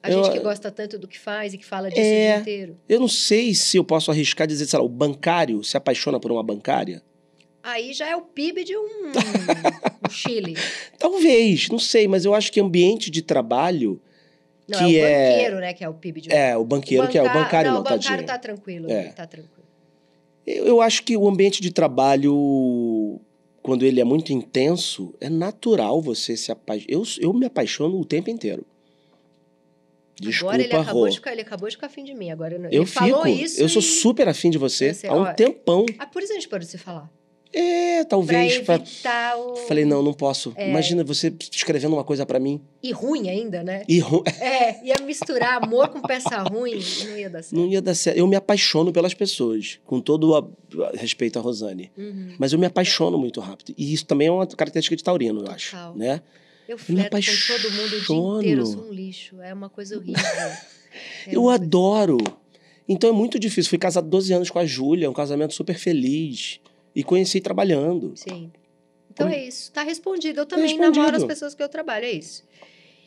A gente eu- que gosta tanto do que faz e que fala disso o É. dia inteiro. Eu não sei se eu posso arriscar dizer, sei lá, o bancário se apaixona por uma bancária? Aí já é o PIB de um, um Chile. Talvez, não sei, mas eu acho que ambiente de trabalho Não, que é o é- banqueiro, né? Que é o PIB de um. É, o banqueiro que é, o bancar- bancário não, O bancário tadinho. tá tranquilo, É. ele tá tranquilo. Eu, eu acho que o ambiente de trabalho, quando ele é muito intenso, é natural você se apaixonar. Eu, eu me apaixono o tempo inteiro. Desculpa, agora ele acabou, Rô. de ficar, ele acabou de ficar afim de mim. Agora eu não- Eu ele falou fico, isso. eu sou e- super afim de você Você, há um ó, tempão. Ah, por isso a gente parou de se falar. É, Pra talvez. pra- evitar É. o. Falei, não, não posso. Imagina você escrevendo uma coisa pra mim E ruim ainda, né? e ru- É, ia misturar amor com peça ruim, não ia dar certo. não ia dar certo. Eu me apaixono pelas pessoas, com todo o a- respeito à Rosane. Uhum. Mas eu me apaixono muito rápido. E isso também é uma característica de taurino, eu acho. Total. Né? Eu me fleto com todo mundo o dia inteiro, eu sou um lixo. É uma coisa horrível. É eu uma coisa- adoro. Então é muito difícil. Fui casado 12 anos com a Júlia, um casamento super feliz. E conheci trabalhando. Sim. Então Como- é isso. Tá respondido. Eu também respondido. namoro as pessoas que eu trabalho, é isso.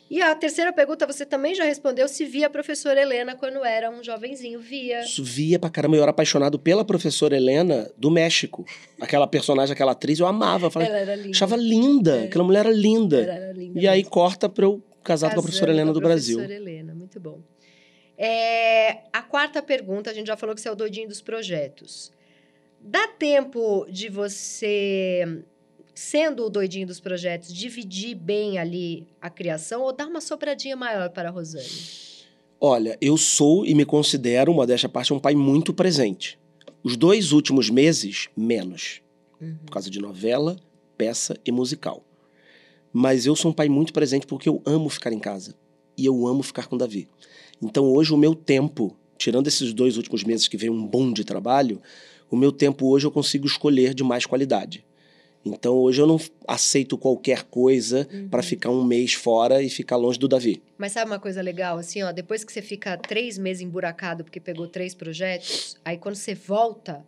E a terceira pergunta, você também já respondeu se via a professora Helena quando era um jovenzinho. Via. Isso Via pra caramba, eu era apaixonado pela professora Helena do México. Aquela personagem, aquela atriz, eu amava. eu Falei, Ela era linda. achava linda, É. aquela mulher era linda. Ela era linda E aí mesmo. corta pra eu casado com a professora Casando Helena com do a Brasil. Professora Helena, muito bom. É, a quarta pergunta, a gente já falou que você é o doidinho dos projetos. Dá tempo de você, sendo o doidinho dos projetos, dividir bem ali a criação ou dar uma sobradinha maior para a Rosane? Olha, eu sou e me considero, modéstia à parte, um pai muito presente. Os dois últimos meses, menos. Uhum. Por causa de novela, peça e musical. Mas eu sou um pai muito presente porque eu amo ficar em casa. E eu amo ficar com o Davi. Então hoje o meu tempo, tirando esses dois últimos meses que veio um boom de trabalho, o meu tempo hoje eu consigo escolher de mais qualidade. Então hoje eu não aceito qualquer coisa Uhum. pra ficar um mês fora e ficar longe do Davi. Mas sabe uma coisa legal? Assim, ó, depois que você fica três meses emburacado porque pegou três projetos, aí quando você volta,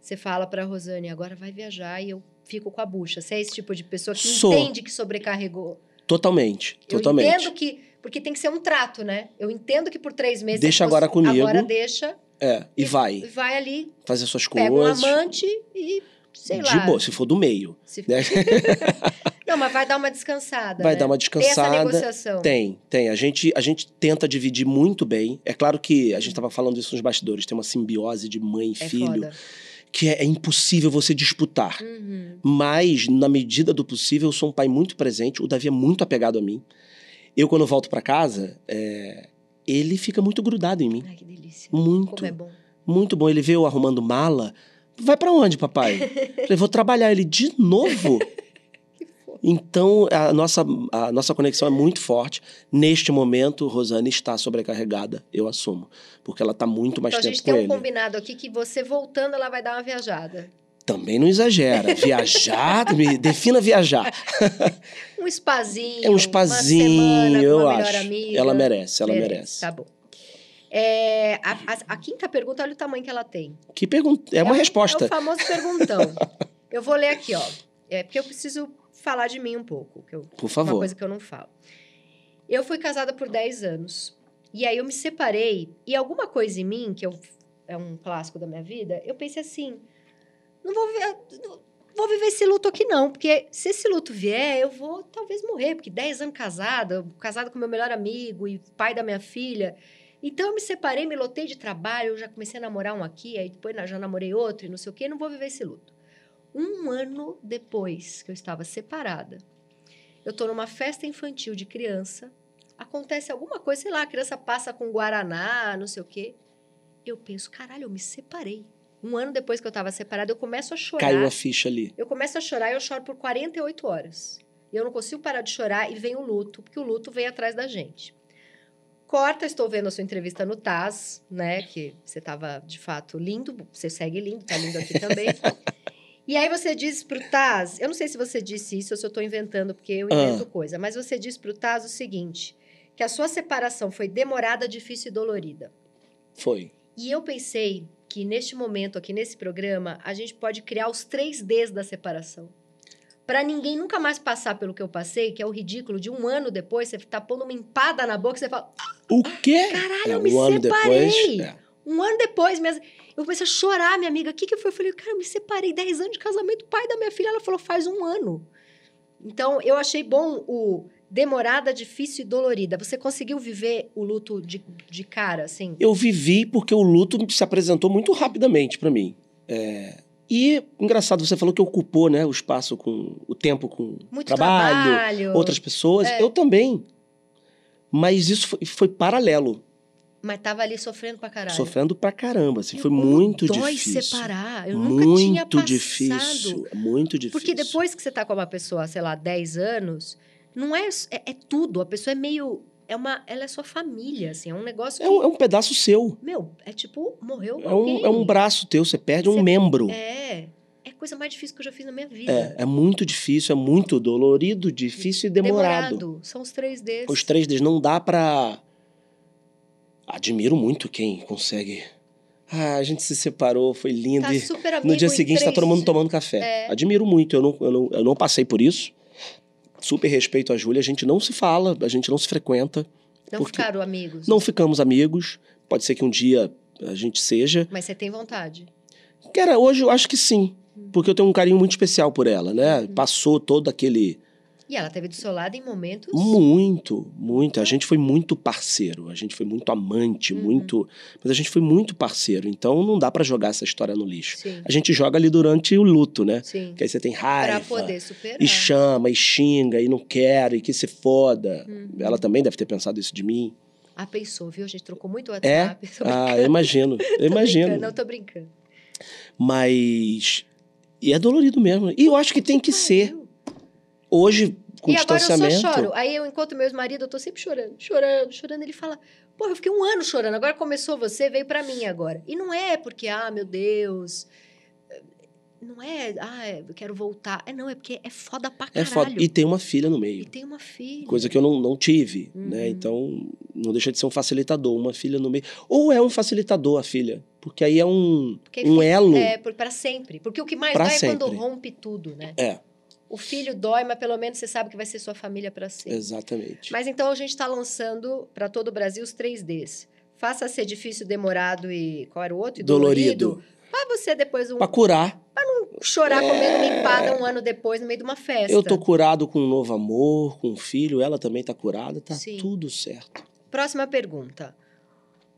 você fala pra Rosane, agora vai viajar e eu fico com a bucha. Você é esse tipo de pessoa que Sou. entende que sobrecarregou. Totalmente, totalmente. Eu entendo que... Porque tem que ser um trato, né? Eu entendo que por três meses... você Deixa agora comigo. Agora deixa É, e e vai vai ali, fazer suas pega um coisas. amante e, sei lá... De boa, se for do meio. se- né? Não, mas vai dar uma descansada, Vai né? dar uma Tem essa descansada. negociação. Tem, tem. A gente, a gente tenta dividir muito bem. É claro que a gente estava falando isso nos bastidores. Tem uma simbiose de mãe e É filho foda. que é, é impossível você disputar. Uhum. Mas, na medida do possível, eu sou um pai muito presente. O Davi é muito apegado a mim. Eu, quando volto pra casa, é, ele fica muito grudado em mim. Ai, que delícia. Muito. Como é bom. Muito bom. Ele veio arrumando mala. Vai pra onde, papai? Falei, vou trabalhar. Ele, de novo? Que fofo. Então, a nossa, a nossa conexão é muito forte. Neste momento, Rosane está sobrecarregada, eu assumo. Porque ela está muito mais Então a tempo gente com tem um ele. combinado aqui que você voltando ela vai dar uma viajada. Também não exagera. Viajar, me defina viajar. Um spazinho. É um uma espazinho, semana, com eu uma melhor acho. Amiga. Ela merece, ela merece. Tá bom. É, a, a- a quinta pergunta, olha o tamanho que ela tem. Que pergunta, é uma o- É resposta. o famoso perguntão. eu vou ler aqui, ó. É porque eu preciso falar de mim um pouco. Que eu Por Uma favor. coisa que eu não falo. Eu fui casada por 10 anos. E aí eu me separei. E alguma coisa em mim, que eu, é um clássico da minha vida, eu pensei assim: não vou, vi- não vou viver esse luto aqui, não. Porque se esse luto vier, eu vou talvez morrer. Porque 10 anos casada, eu- casada com meu melhor amigo e pai da minha filha. Então eu me separei, me lotei de trabalho, eu já comecei a namorar um aqui, aí depois na- já namorei outro e não sei o quê, não vou viver esse luto. Um ano depois que eu estava separada, eu tô numa festa infantil de criança, acontece alguma coisa, sei lá, a criança passa com guaraná, não sei o quê. Eu penso, caralho, eu me separei. Um ano depois que eu estava separada, eu começo a chorar. Caiu a ficha ali. Eu começo a chorar e eu choro por 48 horas. E eu não consigo parar de chorar e vem o luto, porque o luto vem atrás da gente. Corta, estou vendo a sua entrevista no Taz, né? Que você estava, de fato, lindo. Você segue lindo, tá lindo aqui também. e aí você diz pro Taz... Eu não sei se você disse isso ou se eu estou inventando, porque eu Ah. invento coisa. Mas você diz pro Taz o seguinte. Que a sua separação foi demorada, difícil e dolorida. Foi. E eu pensei que neste momento aqui nesse programa a gente pode criar os três Ds da separação. Pra ninguém nunca mais passar pelo que eu passei, que é o ridículo de um ano depois você tá pondo uma empada na boca e você fala, O quê? caralho, É, eu me um ano separei. depois. é. Um ano depois, minhas... eu comecei a chorar, minha amiga. O que, que foi? Eu falei, cara, eu me separei 10 anos de casamento, pai da minha filha. Ela falou, faz um ano. Então, eu achei bom o demorada, difícil e dolorida. Você conseguiu viver o luto de, de cara, assim? Eu vivi porque o luto se apresentou muito rapidamente para mim. É, e, engraçado, você falou que ocupou né, o espaço com o tempo com Muito trabalho, trabalho. outras pessoas. É. Eu também. Mas isso foi, foi paralelo, Mas tava ali sofrendo pra caralho. sofrendo pra caramba. Assim, Meu, foi como muito dói difícil. separar. Eu muito nunca tinha passado. difícil. é Muito difícil. Porque depois que você tá com uma pessoa, sei lá, 10 anos, não é, é, é tudo. A pessoa é meio. É uma, ela é sua família, assim. É um negócio que. É um, é um pedaço seu. Meu, é tipo, morreu É um, alguém. é um braço teu. Você perde Você- um membro. É. É a coisa mais difícil que eu já fiz na minha vida. É, é muito difícil, é muito dolorido, difícil e demorado. São os três Ds. Os três Ds não dá pra. Admiro muito quem consegue. Ah, a gente se separou, foi lindo. Tá e super amigo no dia em seguinte tá três todo mundo dias. tomando café. É. Admiro muito, eu não, eu, não, eu não passei por isso. Super respeito a Júlia, a gente não se fala, a gente não se frequenta, Não porque- ficaram amigos. não ficamos amigos. Pode ser que um dia a gente seja. Mas você tem vontade. Cara, hoje eu acho que sim, porque eu tenho um carinho muito especial por ela, né? Uhum. Passou todo aquele. E ela teve do seu lado em momentos. Muito, muito. A gente foi muito parceiro, a gente foi muito amante, Uhum. muito. Mas a gente foi muito parceiro, então não dá pra jogar essa história no lixo. Sim. A gente joga ali durante o luto, né? Sim. Que aí você tem Pra raiva. poder né? superar. E chama, e xinga, e não quero, e que se foda. Uhum. Ela também deve ter pensado isso de mim. Ah, pensou, viu? A gente trocou muito WhatsApp. Tô Ah, eu imagino, eu brincando, É? imagino. Não, tô brincando. Mas. E é dolorido mesmo. E eu acho que tem que ser. Pariu. Hoje, com Ah, E agora eu só distanciamento. choro. Aí eu encontro meu marido, eu tô sempre chorando, chorando, chorando. Ele fala, porra, eu fiquei um ano chorando. Agora começou você, veio pra mim agora. E não é porque, ah, meu Deus... Não é, ah, eu quero voltar. É não, é porque é foda pra é caralho. foda. E tem uma filha no E meio. tem uma filha. coisa que eu não, não tive, Uhum. né? Então, não deixa de ser um facilitador, uma filha no meio. Ou é um facilitador a filha, porque aí é um, Porque um fica- elo. É, por- pra sempre. Porque o que mais Pra dói é quando sempre. rompe tudo, né? É, O filho dói, mas pelo menos você sabe que vai ser sua família pra sempre. exatamente. Mas então a gente está lançando para todo o Brasil os 3Ds. Faça ser difícil, demorado e. Qual era o outro? E Dolorido. Pra você depois um, Pra curar. chorar comendo uma empada um ano depois no meio de uma festa. Eu tô curado com um novo amor, com um filho, ela também tá curada, tá Sim. tudo certo. Próxima pergunta.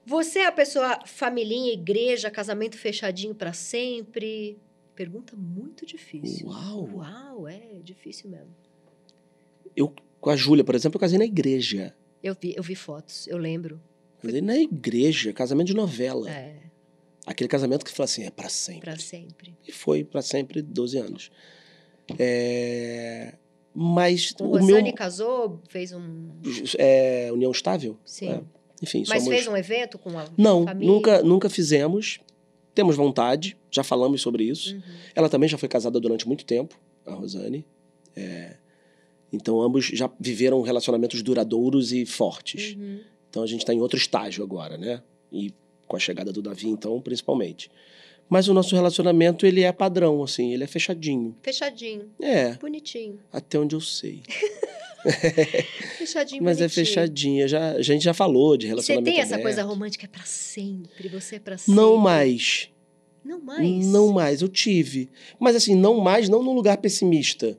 Você é a pessoa familhinha, igreja, casamento fechadinho para sempre? Pergunta muito difícil. Uau! Uau, é difícil mesmo. Com a Júlia, por exemplo, eu casei na igreja. Eu vi, eu vi fotos, eu lembro. Casei na igreja, casamento de novela. É, Aquele casamento que fala assim, é pra sempre. para sempre. E foi pra sempre 12 anos. É... Mas O, o Rosane meu... casou, fez um. É, união estável? Sim. É. Enfim, Mas somos... fez um evento com a Não, família? nunca, nunca fizemos. Temos vontade, já falamos sobre isso. Uhum. Ela também já foi casada durante muito tempo, a Rosane. É, Então, ambos já viveram relacionamentos duradouros e fortes. Uhum. Então, a gente está em outro estágio agora, né? E com a chegada do Davi, então, principalmente. Mas o nosso relacionamento, ele é padrão, assim, ele é fechadinho. Fechadinho, É, bonitinho. até onde eu sei. Fechadinho, Mas é bonitinho. fechadinho. Já, a gente já falou de E Você relacionamento tem essa aberto. coisa romântica pra sempre, você é pra sempre. Não mais. Não mais? Não mais, eu tive. Mas assim, não mais, não num lugar pessimista.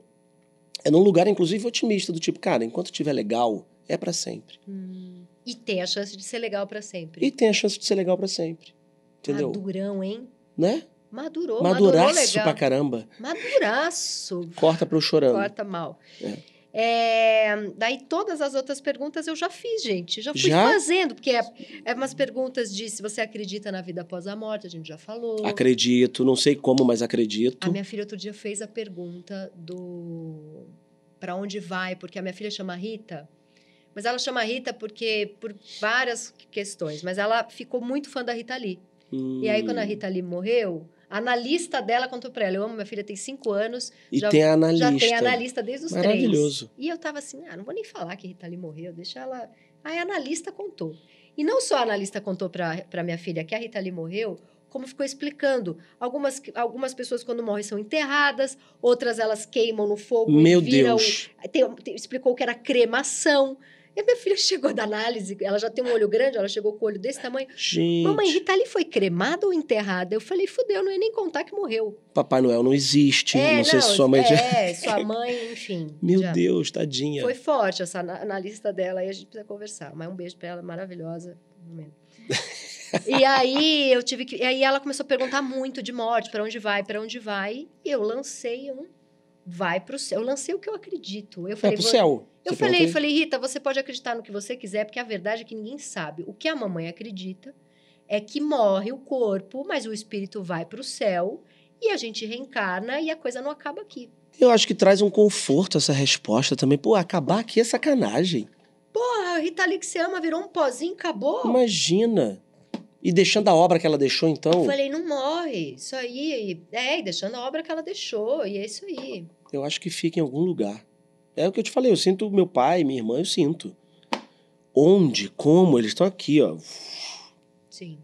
É num lugar, inclusive, otimista, do tipo, cara, enquanto tiver legal, é pra sempre. Hum. E tem a chance de ser legal pra sempre. E tem a chance de ser legal pra sempre. Entendeu? Madurão, hein? Né? Madurou, madurou Maduraço legal. pra Hum. caramba. Maduraço. Corta pra eu chorando. Corta mal. É, daí todas as outras perguntas eu já fiz, gente. Já fui Já? fazendo, porque é, é umas perguntas de se você acredita na vida após a morte, a gente já falou. Acredito, não sei como, mas acredito. A minha filha outro dia fez a pergunta do para onde vai, porque a minha filha chama Rita, mas ela chama Rita porque por várias questões, mas ela ficou muito fã da Rita Lee. Hum. E aí quando a Rita Lee morreu, a analista dela contou pra ela, eu amo minha filha tem cinco anos, E já- tem a analista. já tem analista desde os três. Maravilhoso. E eu tava assim, ah, não vou nem falar que Rita Lee morreu, deixa ela. Aí a analista contou. E não só a analista contou para minha filha que a Rita Lee morreu, como ficou explicando. Algumas, algumas pessoas, quando morrem, são enterradas, outras elas queimam no fogo. e Meu viram- Deus. tem- tem- explicou que era cremação. E minha filha chegou da análise, ela já tem um olho grande, ela chegou com o olho desse tamanho. Gente, Mamãe, Rita Lee foi cremada ou enterrada? Eu falei, fudeu, não ia nem contar que morreu. Papai Noel não existe. é, não sei se sua mãe já. É, sua mãe, enfim. Meu já. Deus, tadinha. Foi forte essa ana- analista dela, aí a gente precisa conversar. Mas um beijo pra ela, maravilhosa. no momento. e aí eu tive que. E aí ela começou a perguntar muito de morte, pra onde vai, pra onde vai. E eu lancei um. Vai pro céu. Eu lancei o que eu acredito. Eu Vai falei, pro "Vou- céu. eu Você falei, perguntou? falei, Rita, você pode acreditar no que você quiser, porque a verdade é que ninguém sabe. O que a mamãe acredita é que morre o corpo, mas o espírito vai pro céu e a gente reencarna e a coisa não acaba aqui. Eu acho que traz um conforto essa resposta também. Pô, acabar aqui é sacanagem. Porra, a Ah, Rita ali que você ama virou um pozinho, acabou. Imagina. E deixando a obra que ela deixou, então, Eu falei, não morre, isso aí. É, e deixando a obra que ela deixou, e é isso aí. eu acho que fica em algum lugar. É o que eu te falei, eu sinto meu pai, minha irmã, eu sinto. Onde, como, eles estão aqui, ó. Sim,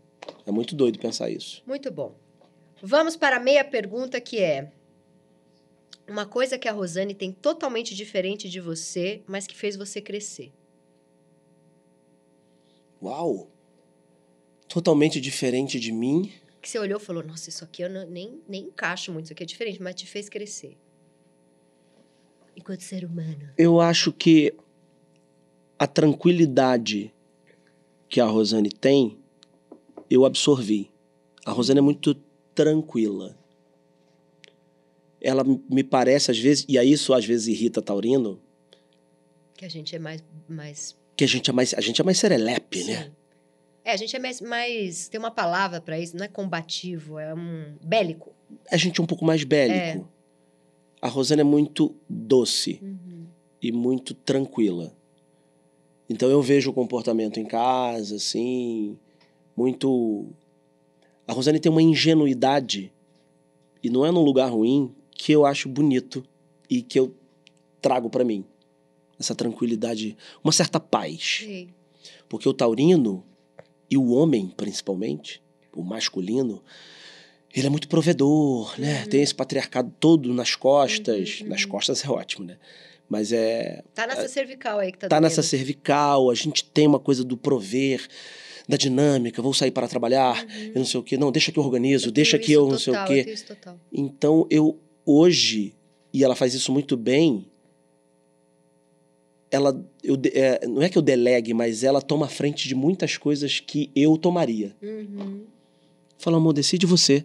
É muito doido pensar isso. muito bom. Vamos para a meia pergunta que é: Uma coisa que a Rosane tem totalmente diferente de você, mas que fez você crescer. Uau! Totalmente diferente de mim. Que você olhou e falou: Nossa, isso aqui eu não- nem, nem encaixo muito, isso aqui é diferente, mas te fez crescer. Enquanto ser humano. Eu acho que a tranquilidade que a Rosane tem, eu absorvi. A Rosane é muito tranquila. Ela me parece, às vezes, e aí isso às vezes irrita Taurino, Que a gente é mais. mais que a gente é mais, a gente é mais serelepe, né? sim. É, a gente é mais, mais. Tem uma palavra pra isso, não é combativo, é um bélico. A gente é um pouco mais bélico. A Rosane é muito doce. e muito tranquila. Então eu vejo o comportamento em casa, assim, muito. A Rosane tem uma ingenuidade, e não é num lugar ruim, que eu acho bonito e que eu trago pra mim. Essa tranquilidade, uma certa paz. Sim. Porque o taurino, e o homem principalmente, o masculino, ele é muito provedor, né? Uhum. Tem esse patriarcado todo nas costas. Uhum, Nas uhum. costas é ótimo, né? Mas é Tá nessa cervical aí que tá tá doendo. nessa cervical, a gente tem uma coisa do prover, da dinâmica, vou sair para trabalhar, Ah, eu não sei o quê, não, deixa que eu organizo, deixa que eu não sei o total, Uhum. eu quê. tenho isso total. Então eu hoje, e ela faz isso muito bem, ela eu, de- é, não é que eu delegue, mas ela toma a frente de muitas coisas que eu tomaria. Uhum. Fala, amor, decide você.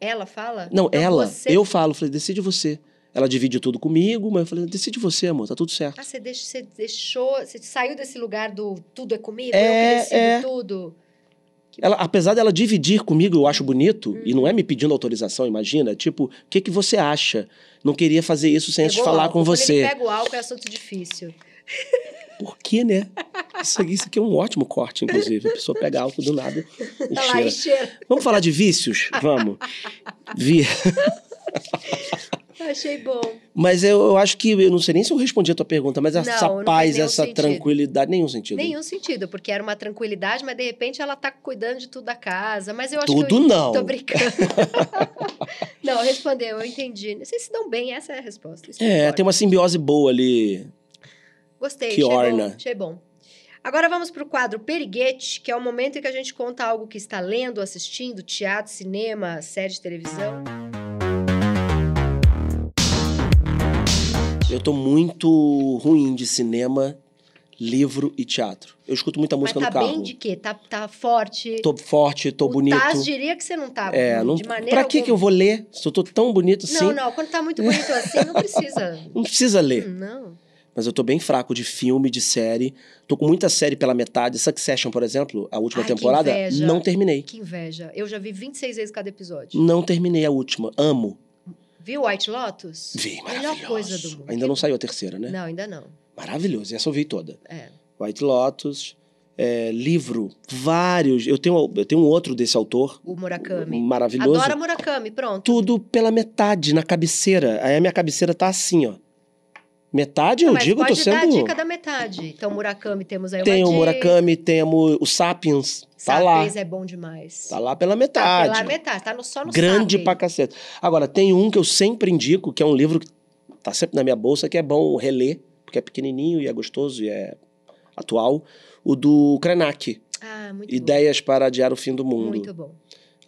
Ela fala? Não, ela, você- eu falo, falei, decide você. Ela divide tudo comigo, mas eu falei, decide você, amor, tá tudo certo. Ah, você, deixa, você deixou, você saiu desse lugar do tudo é comigo, É, eu que decido é. tudo. Ela, apesar dela dividir comigo, eu acho bonito, Uhum. e não é me pedindo autorização, imagina, é tipo, o que, que você acha? Não queria fazer isso sem antes Pegou falar álcool. com Quando você. Ele pega o álcool, é assunto difícil. Por quê, né? Isso aqui, isso aqui é um ótimo corte, inclusive. A pessoa pega álcool do nada e Tá lá, cheira. e cheira. Vamos falar de vícios? Vamos. Vi. Achei bom. Mas eu, eu acho que, eu não sei nem se eu respondi a tua pergunta, mas essa Não, não fez paz, nenhum essa sentido. tranquilidade, nenhum sentido. Nenhum sentido, porque era uma tranquilidade, mas de repente ela tá cuidando de tudo da casa. Mas eu acho que. Tudo eu- não. Tô brincando. não, respondeu, eu entendi. Vocês se dão bem, essa é a resposta. isso que É, importa. tem uma simbiose boa ali. Gostei, Que achei orna. bom. Achei bom. Agora vamos para o quadro Periguete, que é o momento em que a gente conta algo que está lendo, assistindo, teatro, cinema, série de televisão. Eu tô muito ruim de cinema, livro e teatro. Eu escuto muita Mas música tá no carro. bem de quê? Tá, tá forte? tô forte, tô o bonito. Taz diria que você não tá É, não, de maneira pra que que eu vou ler se eu tô tão bonito assim? Não, Não, não. Quando tá muito bonito assim, não precisa. Hum, precisa ler. não. Mas eu tô bem fraco de filme, de série. Tô com muita série pela metade. Succession, por exemplo, a última Ai, que temporada, inveja. não terminei. Que inveja. Eu já vi 26 vezes cada episódio. Não terminei a última. Amo. Viu White Lotus? Vi, maravilhoso. Melhor coisa do mundo. Ainda não saiu a terceira, né? Não, ainda não. Maravilhoso. Essa eu vi toda. É. White Lotus, é, livro, vários. Eu tenho, eu tenho um outro desse autor, O Murakami. maravilhoso. Adora Murakami, pronto. tudo pela metade, na cabeceira. Aí a minha cabeceira tá assim, ó. Metade, eu Mas digo, eu pode tô dar a sendo. dica da metade. Então, Murakami, temos aí uma Tem o dica. Murakami, temos o Sapiens. Tá lá. Sapiens é bom demais. Tá lá pela Tá metade. pela metade, tá no, só no Grande Sapiens. pra cacete. Agora, tem um que eu sempre indico, que é um livro que tá sempre na minha bolsa, que é bom reler, porque porque é pequenininho e é gostoso e é atual. O do Krenak, Ah, muito bom. Ideias para Adiar o Fim do Mundo. Muito bom.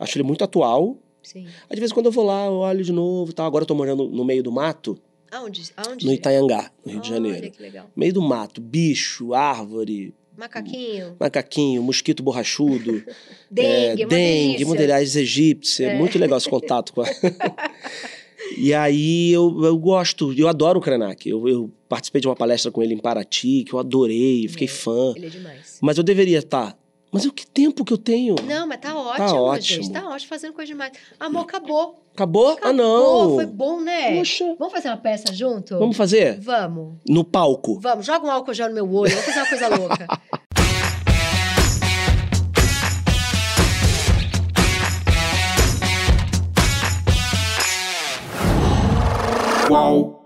Acho ele muito atual. Sim. Às vezes quando eu vou lá, eu olho de novo e tal. Agora eu tô morando no meio do mato, Aonde? Aonde? no Itaiangá, no Rio de Olha Janeiro. que legal. Meio do mato, bicho, árvore, Macaquinho, macaquinho, mosquito borrachudo, é, dengue, é, uma dengue, delícia. modeliais egípcia. É. Muito legal esse contato com a... E aí eu, eu gosto, eu adoro o Krenak. Eu, eu participei de uma palestra com ele em Paraty, que eu adorei, fiquei É. fã. Ele é demais. Mas eu deveria estar. Mas o que tempo que eu tenho? Não, mas tá ótimo, gente. ótimo. Tá ótimo, fazendo coisa demais. Amor, acabou. Acabou? Ah, não! Pô, foi bom, né? Poxa! Vamos fazer uma peça junto? Vamos fazer? Vamos. No palco. Vamos, joga um álcool gel no meu olho, vamos fazer uma coisa louca. Qual?